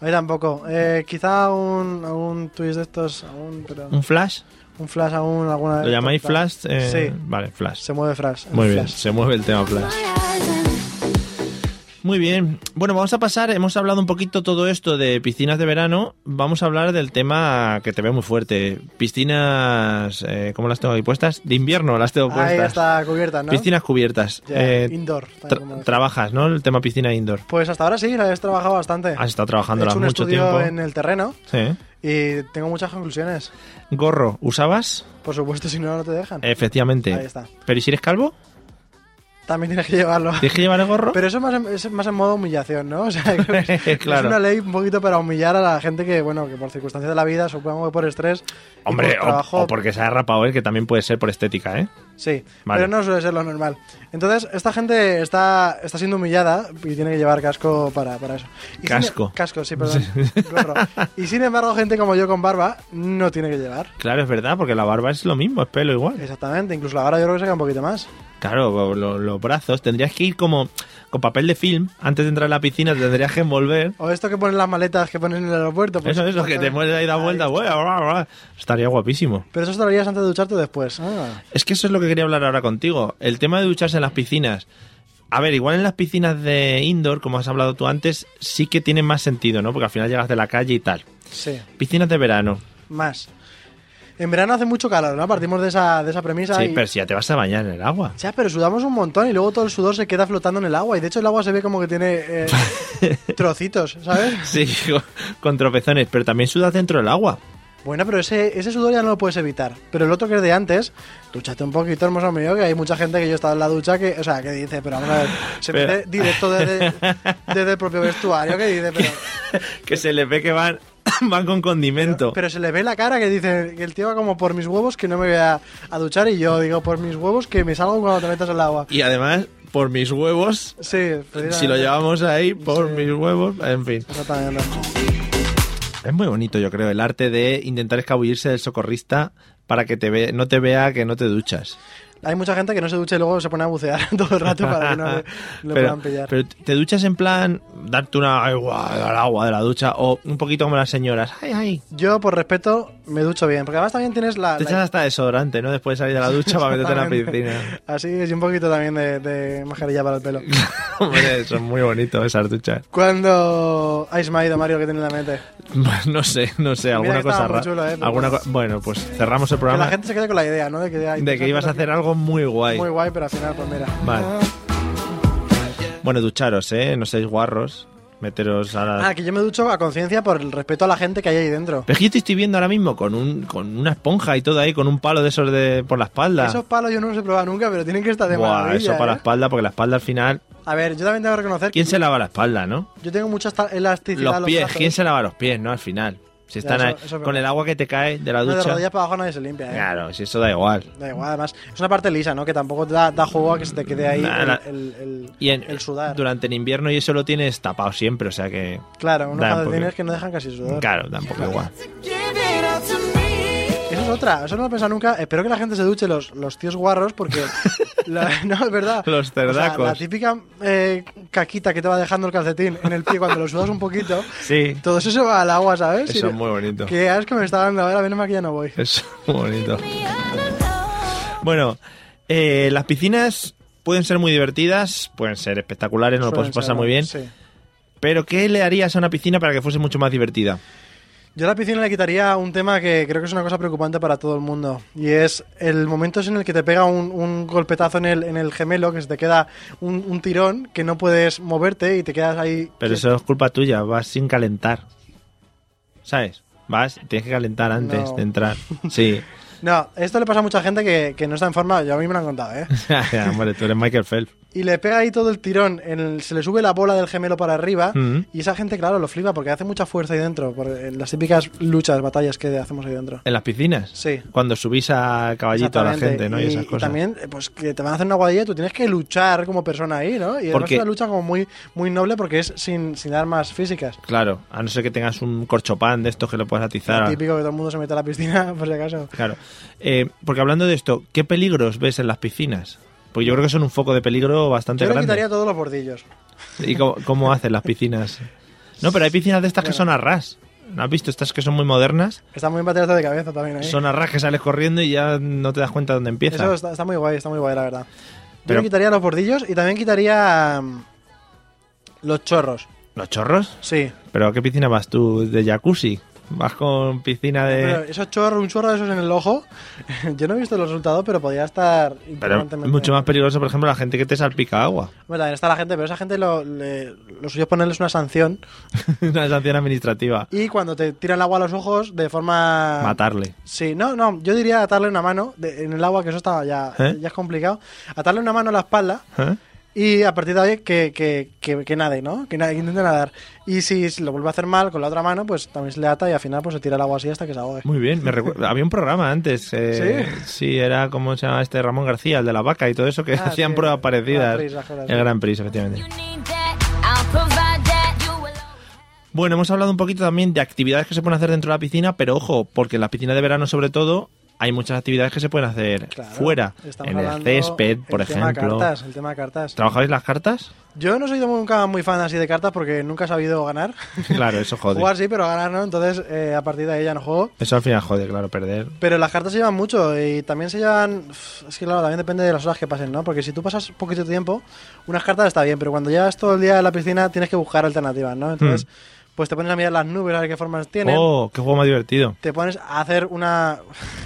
Speaker 2: A mí tampoco. Eh, quizá un, un twist de estos, aún, pero
Speaker 1: ¿Un flash?
Speaker 2: un flash aún, alguna de
Speaker 1: Mm. ¿Lo llamáis
Speaker 2: estas, tal.
Speaker 1: Flash? Eh,
Speaker 2: Sí.
Speaker 1: Vale, Flash.
Speaker 2: Se mueve Flash. el
Speaker 1: Muy bien,
Speaker 2: flash.
Speaker 1: se mueve el tema Flash. Muy bien. Bueno, vamos a pasar, hemos hablado un poquito todo esto de piscinas de verano, vamos a hablar del tema que te veo muy fuerte. Piscinas, eh, ¿cómo las tengo ahí puestas? De invierno las tengo puestas.
Speaker 2: Ahí está cubierta, ¿no?
Speaker 1: Piscinas cubiertas.
Speaker 2: Ya,
Speaker 1: Eh,
Speaker 2: indoor. tal
Speaker 1: tra-
Speaker 2: como es.
Speaker 1: trabajas, ¿no? El tema piscina indoor.
Speaker 2: pues hasta ahora sí, la he trabajado bastante.
Speaker 1: Has estado
Speaker 2: he
Speaker 1: trabajándolas
Speaker 2: hecho un
Speaker 1: mucho
Speaker 2: estudio
Speaker 1: tiempo.
Speaker 2: en el terreno
Speaker 1: Sí.
Speaker 2: y tengo muchas conclusiones.
Speaker 1: Gorro, ¿usabas?
Speaker 2: Por supuesto, si no, no te dejan.
Speaker 1: Efectivamente.
Speaker 2: Ahí está.
Speaker 1: Pero ¿y si eres calvo?
Speaker 2: También tienes que llevarlo.
Speaker 1: ¿Tienes que llevar el gorro?
Speaker 2: Pero eso más en- es más en modo humillación, ¿no? O sea, creo que pues, es-
Speaker 1: Claro.
Speaker 2: es una ley un poquito para humillar a la gente que, bueno, que por circunstancias de la vida, supongo que por estrés. y
Speaker 1: Hombre,
Speaker 2: por
Speaker 1: o-
Speaker 2: trabajo,
Speaker 1: o, porque se ha rapado él, que también puede ser por estética, ¿eh?
Speaker 2: Sí,
Speaker 1: Vale.
Speaker 2: pero no suele ser lo normal. Entonces, esta gente está, está siendo humillada y tiene que llevar casco para, para eso. Y sin- em-
Speaker 1: Casco.
Speaker 2: casco, sí, perdón. Gorro. Y sin embargo, gente como yo con barba no tiene que llevar.
Speaker 1: Claro, es verdad, porque la barba es lo mismo, es pelo igual.
Speaker 2: Exactamente, incluso la hora yo creo que saca un poquito más.
Speaker 1: Claro, lo- los brazos, tendrías que ir como con papel de film, antes de entrar a la piscina te tendrías que envolver.
Speaker 2: O esto que ponen las maletas que ponen en el aeropuerto. pues-
Speaker 1: eso es lo que te mueves ahí da vuelta, güey, bla, bla, bla. estaría guapísimo.
Speaker 2: Pero eso te lo harías antes de ducharte o después. Ah.
Speaker 1: Es que eso es lo que que quería hablar ahora contigo. El tema de ducharse en las piscinas. A ver, igual en las piscinas de indoor, como has hablado tú antes, sí que tiene más sentido, ¿no? Porque al final llegas de la calle y tal.
Speaker 2: Sí,
Speaker 1: Piscinas de verano.
Speaker 2: más. En verano hace mucho calor, ¿no? Partimos de esa, de esa premisa.
Speaker 1: Sí,
Speaker 2: y-
Speaker 1: pero si ya te vas a bañar en el agua.
Speaker 2: Ya, pero sudamos un montón y luego todo el sudor se queda flotando en el agua. Y de hecho el agua se ve como que tiene eh, trocitos, ¿sabes?
Speaker 1: Sí, con- con tropezones, pero también sudas dentro del agua.
Speaker 2: Bueno, pero ese, ese sudor ya no lo puedes evitar. Pero el otro que es de antes, dúchate un poquito, hermoso mío, que hay mucha gente que yo he estado en la ducha que, o sea, que dice, pero vamos a ver, se
Speaker 1: Pero-
Speaker 2: mete directo desde, desde el propio vestuario, que dice, pero,
Speaker 1: Que se les ve que van, van con condimento.
Speaker 2: pero se le ve la cara que dice que el tío va como por mis huevos que no me voy a, a duchar y yo digo por mis huevos que me salgo cuando te metas al agua.
Speaker 1: Y además, por mis huevos,
Speaker 2: Sí,
Speaker 1: si lo
Speaker 2: precisamente.
Speaker 1: llevamos ahí, por
Speaker 2: Sí.
Speaker 1: mis huevos, en fin.
Speaker 2: Exactamente.
Speaker 1: Es muy bonito, yo creo, el arte de intentar escabullirse del socorrista para que te ve, no te vea que no te duchas.
Speaker 2: Hay mucha gente que no se ducha y luego se pone a bucear todo el rato para que no le, le
Speaker 1: pero,
Speaker 2: puedan pillar.
Speaker 1: pero te duchas en plan darte una agua al agua de la ducha o un poquito como las señoras. Ay, ay.
Speaker 2: Yo, por respeto, me ducho bien. Porque además también tienes la.
Speaker 1: Te
Speaker 2: la-
Speaker 1: echas hasta desodorante, ¿no? Después de salir de la ducha para meterte en la
Speaker 2: Exactamente.
Speaker 1: piscina.
Speaker 2: Así es, y un poquito también de, de mascarilla para el pelo.
Speaker 1: Hombre, son muy bonitos esas duchas.
Speaker 2: Cuando. Ay, se me ha ido Mario que tiene en la mente.
Speaker 1: Pues No sé, no sé, alguna
Speaker 2: que
Speaker 1: cosa
Speaker 2: estaba muy
Speaker 1: rara.
Speaker 2: chulo, ¿eh? Pero
Speaker 1: alguna
Speaker 2: bueno.
Speaker 1: co- bueno, pues cerramos el
Speaker 2: Que la
Speaker 1: programa
Speaker 2: gente se quede con la idea, ¿no? De que, ay,
Speaker 1: de que ibas a hacer algo muy guay.
Speaker 2: Muy guay, pero al final, pues mira.
Speaker 1: Vale. Bueno, ducharos, ¿eh? No seáis guarros. Meteros a la...
Speaker 2: Ah, que yo me ducho a conciencia por el respeto a la gente que hay ahí dentro.
Speaker 1: Pero es que yo te estoy viendo ahora mismo con, un, con una esponja y todo ahí, con un palo de esos de, por la espalda.
Speaker 2: Esos palos yo no los he probado nunca, pero tienen que estar de
Speaker 1: Buah,
Speaker 2: maravilla,
Speaker 1: eso para la
Speaker 2: ¿eh?
Speaker 1: espalda, porque la espalda al final...
Speaker 2: A ver, yo también tengo que reconocer que
Speaker 1: ¿Quién se lava la espalda, no?
Speaker 2: yo tengo mucha esta- elasticidad. en
Speaker 1: Los pies,
Speaker 2: brazos.
Speaker 1: ¿quién se lava los pies, no? Al final. Si
Speaker 2: eh. Ya,
Speaker 1: están
Speaker 2: eso-
Speaker 1: ahí,
Speaker 2: eso es verdad.
Speaker 1: con el agua que te cae de la
Speaker 2: No, de
Speaker 1: ducha...
Speaker 2: rodillas para abajo nadie se limpia, ¿eh?
Speaker 1: Claro, si eso da igual.
Speaker 2: Da igual, además. Es una parte lisa, ¿no? Que tampoco da, da juego a que se te quede ahí
Speaker 1: Nah,
Speaker 2: el-
Speaker 1: nah.
Speaker 2: el, el-
Speaker 1: Y en-
Speaker 2: el sudar.
Speaker 1: durante el invierno y eso lo tienes tapado siempre, o sea que...
Speaker 2: Claro, unos
Speaker 1: Da,
Speaker 2: calcetines
Speaker 1: porque-
Speaker 2: que no dejan casi sudar.
Speaker 1: Claro, tampoco igual.
Speaker 2: Esa es otra, eso no lo he pensado nunca. Espero que la gente se duche los, los tíos guarros porque. la- no, es verdad.
Speaker 1: Los
Speaker 2: O sea,
Speaker 1: cerdacos.
Speaker 2: la típica eh, caquita que te va dejando el calcetín en el pie cuando lo sudas un poquito.
Speaker 1: Sí,
Speaker 2: Todo eso se va al agua, ¿sabes?
Speaker 1: eso es muy bonito.
Speaker 2: Que asco me está dando. A ver, a menos mal que ya no voy.
Speaker 1: Es muy bonito. Bueno, eh, las piscinas pueden ser muy divertidas, pueden ser espectaculares, nos lo
Speaker 2: Suelen
Speaker 1: puedes pasar
Speaker 2: ser,
Speaker 1: pues muy bien.
Speaker 2: Sí.
Speaker 1: Pero ¿qué le harías a una piscina para que fuese mucho más divertida?
Speaker 2: Yo a la piscina le quitaría un tema que creo que es una cosa preocupante para todo el mundo. Y es el momento es en el que te pega un, un golpetazo en el, en el gemelo, que se te queda un, un tirón, que no puedes moverte y te quedas ahí.
Speaker 1: Pero eso es culpa tuya, vas sin calentar. ¿Sabes? Vas, tienes que calentar antes
Speaker 2: No.
Speaker 1: de entrar. Sí.
Speaker 2: No, esto le pasa a mucha gente que, que no está en forma, yo a mí me lo han contado, ¿eh?
Speaker 1: Hombre, tú eres Michael Phelps.
Speaker 2: Y le pega ahí todo el tirón, en el- se le sube la bola del gemelo para arriba,
Speaker 1: Mm.
Speaker 2: y esa gente, claro, lo flipa porque hace mucha fuerza ahí dentro, por eh, las típicas luchas, batallas que hacemos ahí dentro.
Speaker 1: En las piscinas.
Speaker 2: Sí.
Speaker 1: Cuando subís a caballito a la
Speaker 2: Exactamente.
Speaker 1: gente, ¿no? Y, esas cosas.
Speaker 2: también, eh, pues que te van a hacer una guadilla, tú tienes que luchar como persona ahí, ¿no? Y además
Speaker 1: Porque-
Speaker 2: es una lucha como muy, muy noble porque es sin, sin armas físicas.
Speaker 1: Claro, a no ser que tengas un corchopán de estos que lo puedas
Speaker 2: Lo
Speaker 1: atizar.
Speaker 2: Típico que todo el mundo se mete a la piscina, por si acaso.
Speaker 1: Claro. Eh, porque hablando de esto, ¿qué peligros ves en las piscinas? Pues yo creo que son un foco de peligro bastante
Speaker 2: Yo le
Speaker 1: grande.
Speaker 2: quitaría todos los bordillos.
Speaker 1: ¿Y cómo, cómo hacen las piscinas? No, pero hay piscinas de estas que
Speaker 2: Bueno.
Speaker 1: son a ras. ¿No has visto estas que son muy modernas?
Speaker 2: Está muy bateadas de cabeza también ahí.
Speaker 1: Son a ras que sales corriendo y ya no te das cuenta dónde empieza.
Speaker 2: Eso está, está muy guay, está muy guay, la verdad. Yo
Speaker 1: Pero-
Speaker 2: le quitaría los bordillos y también quitaría mm, los chorros.
Speaker 1: ¿Los chorros?
Speaker 2: Sí.
Speaker 1: ¿Pero a qué piscina vas tú? ¿De jacuzzi? ¿Vas con piscina
Speaker 2: Pero
Speaker 1: de...?
Speaker 2: esos chorros, un chorro de esos en el ojo. yo no he visto el resultado, pero podría estar.
Speaker 1: Pero es
Speaker 2: impresionantemente-
Speaker 1: mucho más peligroso, por ejemplo, la gente que te salpica agua.
Speaker 2: Bueno, también está la gente, pero esa gente lo, le- lo suyo es ponerles una sanción.
Speaker 1: Una sanción administrativa.
Speaker 2: Y cuando te tiran el agua a los ojos, de forma.
Speaker 1: Matarle.
Speaker 2: Sí, no, no, yo diría atarle una mano de- en el agua, que eso está ya,
Speaker 1: ¿Eh?
Speaker 2: ya es complicado. Atarle una mano a la espalda
Speaker 1: ¿Eh?
Speaker 2: y a partir de ahí que, que, que, que nade, ¿no? Que, nade, que intente nadar. Y si lo vuelve a hacer mal con la otra mano, pues también se le ata y al final pues se tira el agua así hasta que se ahogue.
Speaker 1: Muy bien, me recu- había un programa antes. eh, ¿Sí? era como se llama este Ramón García, el de la vaca y todo eso, que
Speaker 2: Ah,
Speaker 1: hacían
Speaker 2: sí,
Speaker 1: pruebas
Speaker 2: el
Speaker 1: parecidas.
Speaker 2: Gran Prix, las cosas,
Speaker 1: el
Speaker 2: sí.
Speaker 1: Gran Prix, efectivamente. Bueno, hemos hablado un poquito también de actividades que se pueden hacer dentro de la piscina, pero ojo, porque en las piscinas de verano sobre todo hay muchas actividades que se pueden hacer
Speaker 2: Claro.
Speaker 1: fuera,
Speaker 2: Estamos
Speaker 1: en el
Speaker 2: hablando
Speaker 1: césped,
Speaker 2: el
Speaker 1: por
Speaker 2: tema
Speaker 1: ejemplo.
Speaker 2: Cartas, el tema cartas.
Speaker 1: ¿Trabajáis las cartas?
Speaker 2: Yo no soy nunca muy fan así de cartas porque nunca he sabido ganar.
Speaker 1: Claro, eso jode.
Speaker 2: Jugar sí, pero ganar no. Entonces, eh, a partir de ahí ya no juego.
Speaker 1: Eso al final jode, claro, perder.
Speaker 2: Pero las cartas se llevan mucho y también se llevan. Uf, Es que claro, también depende de las horas que pasen, ¿no? Porque si tú pasas poquito tiempo, unas cartas está bien, pero cuando llevas todo el día en la piscina tienes que buscar alternativas, ¿no? Entonces, pues te pones a mirar las nubes a ver qué formas tienen.
Speaker 1: Hmm. Oh, qué juego más divertido.
Speaker 2: Te pones a hacer una.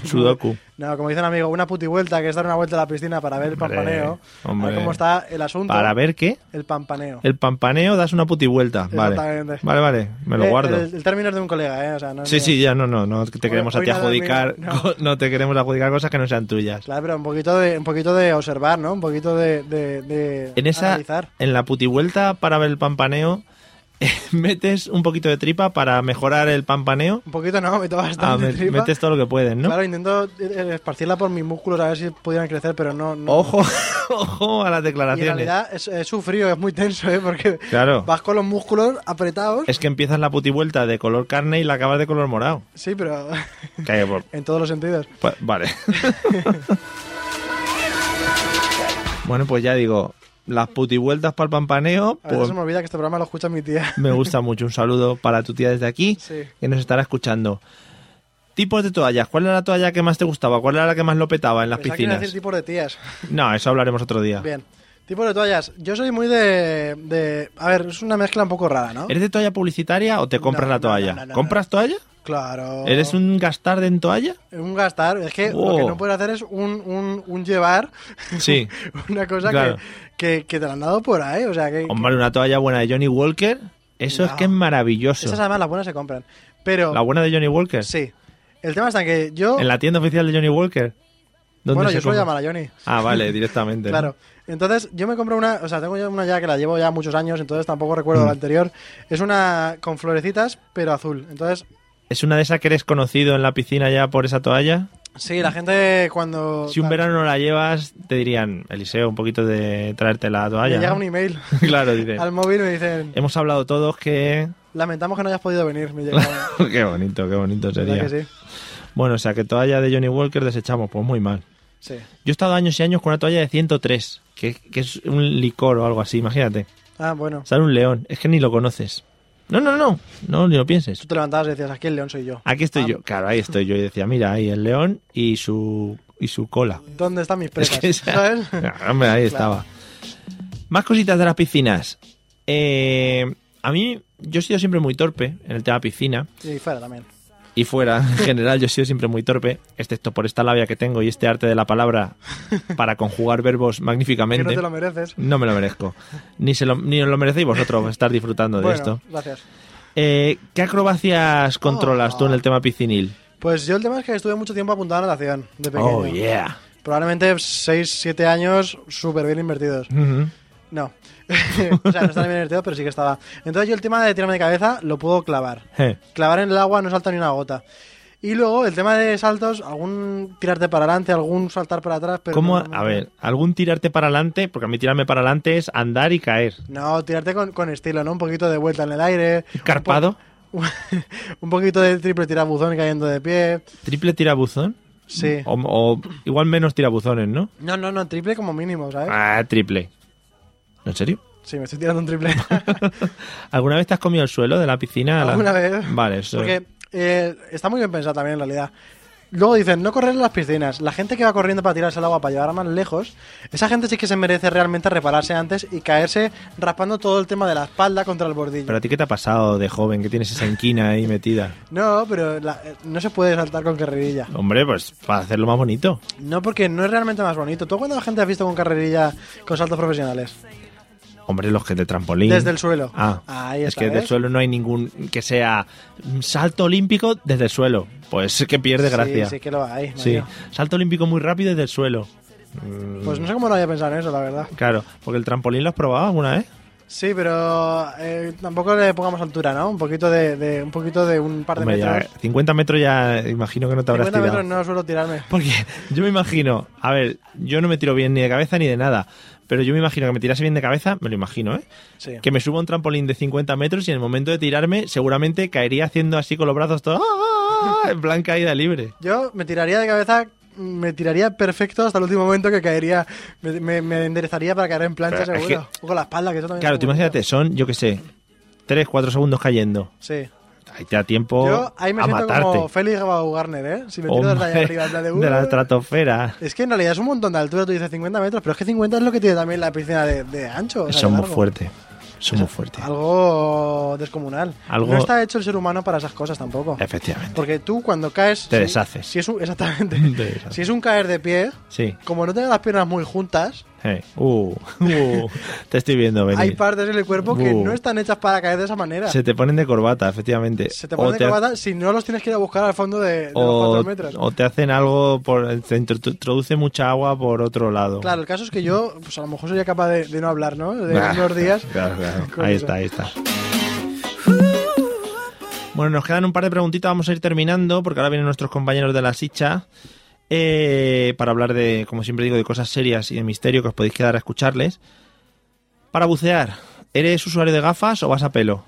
Speaker 1: Sudoku.
Speaker 2: No, como dice un amigo, una puti vuelta, que es dar una vuelta a la piscina para ver el
Speaker 1: Hombre,
Speaker 2: pampaneo, a ver
Speaker 1: hombre.
Speaker 2: cómo está el asunto.
Speaker 1: ¿Para ver qué?
Speaker 2: El pampaneo.
Speaker 1: El pampaneo das una puti vuelta. Vale.
Speaker 2: Exactamente.
Speaker 1: Vale, vale. Me lo
Speaker 2: Eh,
Speaker 1: guardo.
Speaker 2: El, el término es de un colega, ¿eh? O sea, no es
Speaker 1: Sí,
Speaker 2: mío.
Speaker 1: sí, ya no, no, no te
Speaker 2: Hoy-
Speaker 1: queremos a
Speaker 2: hoy
Speaker 1: ti
Speaker 2: nada de mí,
Speaker 1: adjudicar,
Speaker 2: no.
Speaker 1: co- no te queremos adjudicar cosas que no sean tuyas.
Speaker 2: Claro, pero un poquito de, un poquito de observar, ¿no? Un poquito de, de, de
Speaker 1: En esa,
Speaker 2: analizar.
Speaker 1: en la putivuelta para ver el pampaneo, eh, metes un poquito de tripa para mejorar el pampaneo.
Speaker 2: Un poquito no, meto
Speaker 1: Ah,
Speaker 2: bastante
Speaker 1: me-
Speaker 2: tripa.
Speaker 1: metes todo lo que puedes, ¿no?
Speaker 2: Claro, intento eh, esparcirla por mis músculos a ver si pudieran crecer, pero no... no.
Speaker 1: Ojo, ojo a las
Speaker 2: Y en
Speaker 1: declaraciones.
Speaker 2: realidad es, es sufrido, es muy tenso, ¿eh? Porque
Speaker 1: Claro.
Speaker 2: vas con los músculos apretados.
Speaker 1: Es que empiezas la putivuelta de color carne y la acabas de color morado.
Speaker 2: Sí, pero
Speaker 1: Que, pues,
Speaker 2: en todos los sentidos.
Speaker 1: pues, vale. bueno, pues ya digo, las putivueltas para el pampaneo,
Speaker 2: A veces
Speaker 1: pues
Speaker 2: se me olvida que este programa lo escucha mi tía.
Speaker 1: Me gusta mucho. Un saludo para tu tía desde aquí,
Speaker 2: Sí.
Speaker 1: que nos estará escuchando. Tipos de toallas. ¿Cuál era la toalla que más te gustaba? ¿Cuál era la que más lo petaba en las
Speaker 2: Pensaba que iba a
Speaker 1: piscinas?
Speaker 2: decir tipos de tías.
Speaker 1: No, eso hablaremos otro día.
Speaker 2: Bien. Tipos de toallas. Yo soy muy de, de... A ver, es una mezcla un poco rara, ¿no?
Speaker 1: ¿Eres de toalla publicitaria o te compras
Speaker 2: No,
Speaker 1: la
Speaker 2: no,
Speaker 1: toalla?
Speaker 2: no, no, no,
Speaker 1: ¿Compras toalla?
Speaker 2: Claro.
Speaker 1: ¿Eres un gastarde en toalla?
Speaker 2: Un gastar. Es que lo
Speaker 1: Wow.
Speaker 2: que no puedes hacer es un, un, un llevar
Speaker 1: Sí.
Speaker 2: una cosa que-
Speaker 1: Claro.
Speaker 2: que, que, te la han dado por ahí. O sea, que,
Speaker 1: Hombre, una toalla buena de Johnny Walker. Eso es
Speaker 2: No.
Speaker 1: que es maravilloso.
Speaker 2: Esas además las buenas se compran. Pero
Speaker 1: La buena de Johnny Walker.
Speaker 2: sí. El tema está en que yo.
Speaker 1: En la tienda oficial de Johnny Walker. ¿Dónde
Speaker 2: Bueno,
Speaker 1: se
Speaker 2: yo suelo
Speaker 1: compra?
Speaker 2: llamar a Johnny.
Speaker 1: Ah, vale, directamente. ¿no?
Speaker 2: Claro. Entonces, yo me compro una, o sea, tengo ya una ya que la llevo ya muchos años, entonces tampoco recuerdo
Speaker 1: Mm.
Speaker 2: la anterior. Es una con florecitas, pero azul. Entonces,
Speaker 1: ¿Es una de esas que eres conocido en la piscina ya por esa toalla?
Speaker 2: sí, la gente cuando.
Speaker 1: Si un verano no la llevas, te dirían, Eliseo, un poquito de traerte la
Speaker 2: me
Speaker 1: toalla.
Speaker 2: llega
Speaker 1: ¿no?". Em-
Speaker 2: un email
Speaker 1: claro, dice.
Speaker 2: al móvil y me dicen,
Speaker 1: Hemos hablado todos que.
Speaker 2: lamentamos que no hayas podido venir. Me llega. ¿Verdad
Speaker 1: qué bonito, qué bonito sería.
Speaker 2: que sí?
Speaker 1: Bueno, o sea, que toalla de Johnny Walker desechamos, pues muy mal.
Speaker 2: Sí.
Speaker 1: Yo he estado años y años con una toalla de 103, que, que es un licor o algo así, imagínate.
Speaker 2: Ah, bueno.
Speaker 1: Sale un león, es que ni lo conoces. No, no, no, no, ni lo pienses.
Speaker 2: Tú te levantabas y decías, aquí el león soy yo.
Speaker 1: Aquí estoy yo, claro, ahí estoy yo. Y decía, mira, ahí el león y su, y su cola.
Speaker 2: ¿Dónde están mis
Speaker 1: Es
Speaker 2: presas?
Speaker 1: que esa-
Speaker 2: ¿Sabes?
Speaker 1: Ah, hombre, ahí estaba. Más cositas de las piscinas. Eh, a mí, yo he sido siempre muy torpe en el tema piscina.
Speaker 2: Y fuera también.
Speaker 1: Y fuera, en general, yo he sido siempre muy torpe, excepto por esta labia que tengo y este arte de la palabra para conjugar verbos
Speaker 2: Que
Speaker 1: magníficamente.
Speaker 2: no te lo mereces.
Speaker 1: No me lo merezco. Ni, se lo, ni os lo merecéis vosotros estar disfrutando de
Speaker 2: bueno,
Speaker 1: esto.
Speaker 2: gracias.
Speaker 1: Eh, ¿Qué acrobacias controlas tú en
Speaker 2: Ah.
Speaker 1: el tema piscinil?
Speaker 2: Pues yo el tema es que estuve mucho tiempo apuntado a natación de pequeño.
Speaker 1: Oh, yeah.
Speaker 2: Probablemente 6, 7 años súper bien invertidos.
Speaker 1: Ujú.
Speaker 2: No. o sea, no están bien invertidos, pero sí que estaba. Entonces yo el tema de tirarme de cabeza lo puedo clavar.
Speaker 1: Eh,
Speaker 2: Clavar en el agua no salta ni una gota. Y luego el tema de saltos, algún tirarte para adelante, algún saltar para atrás, pero...
Speaker 1: ¿Cómo?
Speaker 2: no-
Speaker 1: A ver, ¿algún tirarte para adelante? Porque a mí tirarme para adelante es andar y caer.
Speaker 2: No, tirarte con, con estilo, ¿no? Un poquito de vuelta en el aire. un po-
Speaker 1: ¿Carpado?
Speaker 2: Un poquito de triple tirabuzón cayendo de pie.
Speaker 1: ¿Triple tirabuzón?
Speaker 2: Sí.
Speaker 1: O, o igual menos tirabuzones, ¿no?
Speaker 2: No, no, no, triple como mínimo, ¿sabes?
Speaker 1: Ah, triple. ¿En serio?
Speaker 2: Sí, me estoy tirando un triple.
Speaker 1: ¿Alguna vez te has comido el suelo de la piscina? La-
Speaker 2: Alguna vez.
Speaker 1: Vale, eso.
Speaker 2: Porque eh, está muy bien pensado también en realidad. Luego dicen, no correr en las piscinas. La gente que va corriendo para tirarse al agua para llevar más lejos, esa gente sí que se merece realmente repararse antes y caerse raspando todo el tema de la espalda contra el bordillo.
Speaker 1: ¿Pero a ti qué te ha pasado de joven que tienes esa inquina ahí metida?
Speaker 2: No, pero la- eh, no se puede saltar con carrerilla.
Speaker 1: Hombre, pues para hacerlo más bonito.
Speaker 2: No, porque no es realmente más bonito. ¿Tú cuándo la gente has visto con carrerilla con saltos profesionales?
Speaker 1: Hombre, los que de trampolín.
Speaker 2: Desde el suelo.
Speaker 1: Ah,
Speaker 2: Ahí
Speaker 1: es
Speaker 2: está,
Speaker 1: que
Speaker 2: ¿eh?
Speaker 1: desde
Speaker 2: ¿ves?
Speaker 1: el suelo no hay ningún que sea mm, salto olímpico desde el suelo. Pues es que pierde gracia.
Speaker 2: Sí, sí que lo hay.
Speaker 1: Sí.
Speaker 2: Mario.
Speaker 1: salto olímpico muy rápido desde el suelo. Mm,
Speaker 2: Pues no sé cómo lo había pensado en eso, la verdad.
Speaker 1: Claro, porque el trampolín lo has probado alguna vez.
Speaker 2: Sí, pero eh, tampoco le pongamos altura, ¿no? Un poquito de, de- un poquito de un par de
Speaker 1: Hombre, ya,
Speaker 2: metros.
Speaker 1: 50 metros ya imagino que no te habrás
Speaker 2: 50
Speaker 1: tirado.
Speaker 2: metros no suelo tirarme.
Speaker 1: Porque yo me imagino, a ver, yo no me tiro bien ni de cabeza ni de nada, pero yo me imagino que me tirase bien de cabeza, me lo imagino, ¿eh?
Speaker 2: Sí.
Speaker 1: Que me suba a un trampolín de 50 metros y en el momento de tirarme seguramente caería haciendo así con los brazos todo. ¡ah, ah, ¡Ah! En plan caída libre.
Speaker 2: Yo me tiraría de cabeza, me tiraría perfecto hasta el último momento que caería, me, me- me enderezaría para caer en plancha
Speaker 1: Pero es
Speaker 2: seguro. O con la espalda, que eso también.
Speaker 1: Claro,
Speaker 2: es
Speaker 1: tú
Speaker 2: muy
Speaker 1: imagínate, son, yo qué sé, 3, 4 segundos cayendo.
Speaker 2: Sí.
Speaker 1: Ahí te da tiempo
Speaker 2: Yo ahí me
Speaker 1: a
Speaker 2: siento
Speaker 1: matarte.
Speaker 2: como Félix Baumgartner, ¿eh? Si me tiro
Speaker 1: Hombre,
Speaker 2: desde allá arriba, en plan de,
Speaker 1: de la
Speaker 2: "Uh".
Speaker 1: estratosfera.
Speaker 2: Es que en realidad es un montón de altura, tú dices 50 metros, pero es que 50 es lo que tiene también la piscina de, de ancho. o sea,
Speaker 1: Son
Speaker 2: de
Speaker 1: muy
Speaker 2: largo.
Speaker 1: fuertes. Son muy fuertes.
Speaker 2: Algo descomunal.
Speaker 1: Algo-
Speaker 2: No está hecho el ser humano para esas cosas tampoco.
Speaker 1: Efectivamente.
Speaker 2: Porque tú cuando caes...
Speaker 1: Te
Speaker 2: si-
Speaker 1: deshaces.
Speaker 2: Si es un, exactamente.
Speaker 1: Te deshaces.
Speaker 2: Si es un caer de pie,
Speaker 1: Sí.
Speaker 2: como no tengas las piernas muy juntas,
Speaker 1: Eh, uh, uh, te estoy viendo venir.
Speaker 2: hay partes en el cuerpo que
Speaker 1: Uh.
Speaker 2: no están hechas para caer de esa manera.
Speaker 1: Se te ponen de corbata, efectivamente.
Speaker 2: Se te
Speaker 1: O
Speaker 2: ponen de corbata si no los tienes que ir a buscar al fondo de, de los
Speaker 1: o,
Speaker 2: 4 metros.
Speaker 1: o te hacen algo, por, te intro- introduce mucha agua por otro lado.
Speaker 2: Claro, el caso es que yo, pues a lo mejor sería capaz de, de no hablar, ¿no? De
Speaker 1: Bah,
Speaker 2: unos días.
Speaker 1: claro, claro.
Speaker 2: con
Speaker 1: Ahí
Speaker 2: eso.
Speaker 1: está, ahí está. Bueno, nos quedan un par de preguntitas, vamos a ir terminando, porque ahora vienen nuestros compañeros de la Sicha eh, para hablar de, como siempre digo, de cosas serias y de misterio que os podéis quedar a escucharles. Para bucear, ¿eres usuario de gafas o vas a pelo?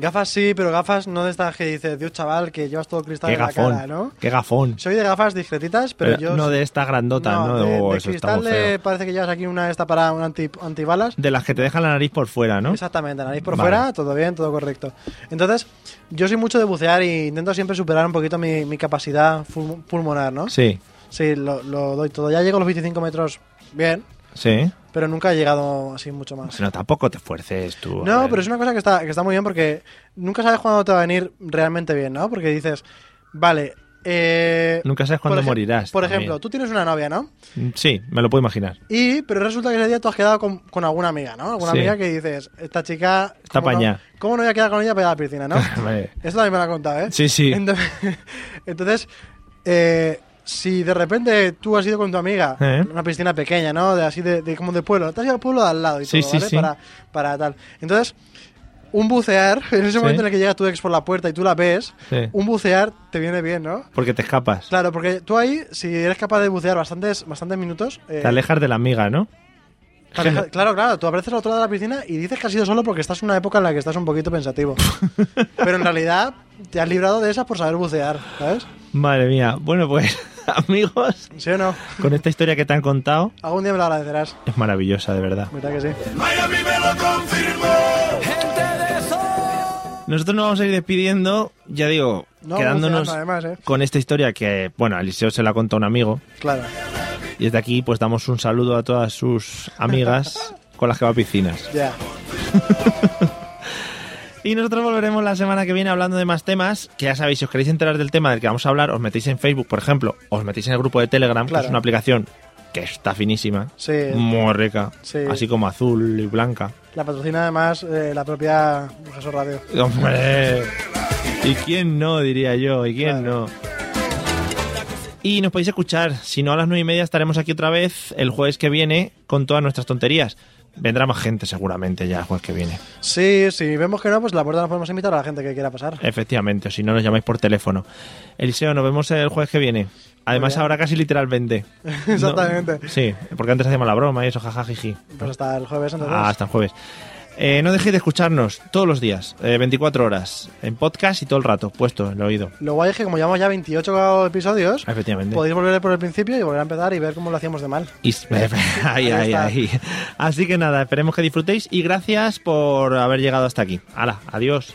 Speaker 2: Gafas sí, pero gafas no de estas que dices, Dios chaval, que llevas todo cristal
Speaker 1: qué
Speaker 2: en la
Speaker 1: gafón,
Speaker 2: cara, ¿no?
Speaker 1: qué gafón.
Speaker 2: Soy de gafas discretitas, pero,
Speaker 1: Pero
Speaker 2: yo.
Speaker 1: no de esta grandota, ¿no?
Speaker 2: de,
Speaker 1: Oh,
Speaker 2: de
Speaker 1: eso está
Speaker 2: cristal
Speaker 1: muy
Speaker 2: de-
Speaker 1: feo.
Speaker 2: parece que llevas aquí una esta para un anti, antibalas.
Speaker 1: De las que te dejan la nariz por fuera, ¿no?
Speaker 2: Exactamente, nariz por
Speaker 1: Vale.
Speaker 2: fuera, todo bien, todo correcto. Entonces, yo soy mucho de bucear e intento siempre superar un poquito mi, mi capacidad pul- pulmonar, ¿no?
Speaker 1: Sí,
Speaker 2: Sí, lo, lo doy todo. Ya llego a los 25 metros bien,
Speaker 1: sí.
Speaker 2: pero nunca he llegado así mucho más.
Speaker 1: Pero tampoco te fuerces tú. a
Speaker 2: No,
Speaker 1: ver.
Speaker 2: pero es una cosa que está, que está muy bien porque nunca sabes cuándo te va a venir realmente bien, ¿no? Porque dices, vale, eh,
Speaker 1: Nunca sabes
Speaker 2: por
Speaker 1: cuándo
Speaker 2: ej-
Speaker 1: morirás.
Speaker 2: Por
Speaker 1: también.
Speaker 2: ejemplo, tú tienes una novia, ¿no?
Speaker 1: Sí, me lo puedo imaginar.
Speaker 2: Y, pero resulta que ese día tú has quedado con, con alguna amiga, ¿no? Alguna
Speaker 1: Sí.
Speaker 2: amiga que dices, esta chica...
Speaker 1: Está
Speaker 2: ¿cómo no-
Speaker 1: pañá.
Speaker 2: ¿Cómo no voy a quedar con ella para ir a la piscina, no?
Speaker 1: Vale.
Speaker 2: Esto también me lo ha contado, ¿eh?
Speaker 1: Sí, sí.
Speaker 2: Entonces, entonces, eh, si de repente tú has ido con tu amiga
Speaker 1: Eh.
Speaker 2: una piscina pequeña, ¿no? De, así de, de- como de pueblo, te has ido al pueblo de al lado y
Speaker 1: Sí,
Speaker 2: todo,
Speaker 1: sí,
Speaker 2: ¿vale?
Speaker 1: sí.
Speaker 2: Para, para tal. Entonces, un bucear, en ese
Speaker 1: Sí.
Speaker 2: momento en el que llega tu ex por la puerta y tú la ves,
Speaker 1: Sí.
Speaker 2: un bucear te viene bien, ¿no?
Speaker 1: Porque te escapas.
Speaker 2: Claro, porque tú ahí, si eres capaz de bucear bastantes, bastantes minutos... eh,
Speaker 1: Te alejas de la amiga, ¿no?
Speaker 2: te aleja- claro, claro, tú apareces al otro lado de la piscina y dices que has ido solo porque estás en una época en la que estás un poquito pensativo. Pero en realidad te has librado de esas por saber bucear, ¿sabes?
Speaker 1: Madre mía. Bueno, pues, amigos,
Speaker 2: ¿Sí o no?
Speaker 1: con esta historia que te han contado,
Speaker 2: Algún día me lo agradecerás.
Speaker 1: es maravillosa, de verdad.
Speaker 2: ¿Verdad que sí?
Speaker 1: Nosotros nos vamos a ir despidiendo, ya digo,
Speaker 2: No,
Speaker 1: quedándonos
Speaker 2: buceando, además, ¿eh?
Speaker 1: con esta historia que, bueno, a Eliseo se la contó un amigo.
Speaker 2: Claro.
Speaker 1: Y desde aquí, pues, damos un saludo a todas sus amigas con las que va a piscinas.
Speaker 2: Ya.
Speaker 1: Y nosotros volveremos la semana que viene hablando de más temas, que ya sabéis, si os queréis enterar del tema del que vamos a hablar, os metéis en Facebook, por ejemplo, os metéis en el grupo de Telegram, que
Speaker 2: Claro.
Speaker 1: es una aplicación que está finísima,
Speaker 2: Sí.
Speaker 1: muy rica,
Speaker 2: Sí.
Speaker 1: así como azul y blanca.
Speaker 2: La patrocina además eh, la propia Jesús Radio.
Speaker 1: ¡Hombre! ¿Y quién no, diría yo? ¿Y quién
Speaker 2: Claro.
Speaker 1: no? Y nos podéis escuchar, si no a las nueve y media estaremos aquí otra vez el jueves que viene con todas nuestras tonterías. Vendrá más gente seguramente ya el jueves que viene.
Speaker 2: Sí, si vemos que no, pues la puerta nos podemos invitar a la gente que quiera pasar.
Speaker 1: Efectivamente, o si no, nos llamáis por teléfono. Eliseo, nos vemos el jueves que viene. Además,
Speaker 2: bien.
Speaker 1: ahora casi literalmente.
Speaker 2: Exactamente.
Speaker 1: No- sí, porque antes hacíamos la broma y eso, jajajiji.
Speaker 2: Pues hasta el jueves entonces.
Speaker 1: Ah, hasta el jueves. Eh, no dejéis de escucharnos todos los días, eh, 24 horas, en podcast y todo el rato, puesto en el oído.
Speaker 2: Lo guay es que como llevamos ya 28 episodios,
Speaker 1: Efectivamente.
Speaker 2: podéis volver por el principio y volver a empezar y ver cómo lo hacíamos de mal.
Speaker 1: Y- Ay, ay,
Speaker 2: está.
Speaker 1: ay. Así que nada, esperemos que disfrutéis y gracias por haber llegado hasta aquí. Hala, adiós.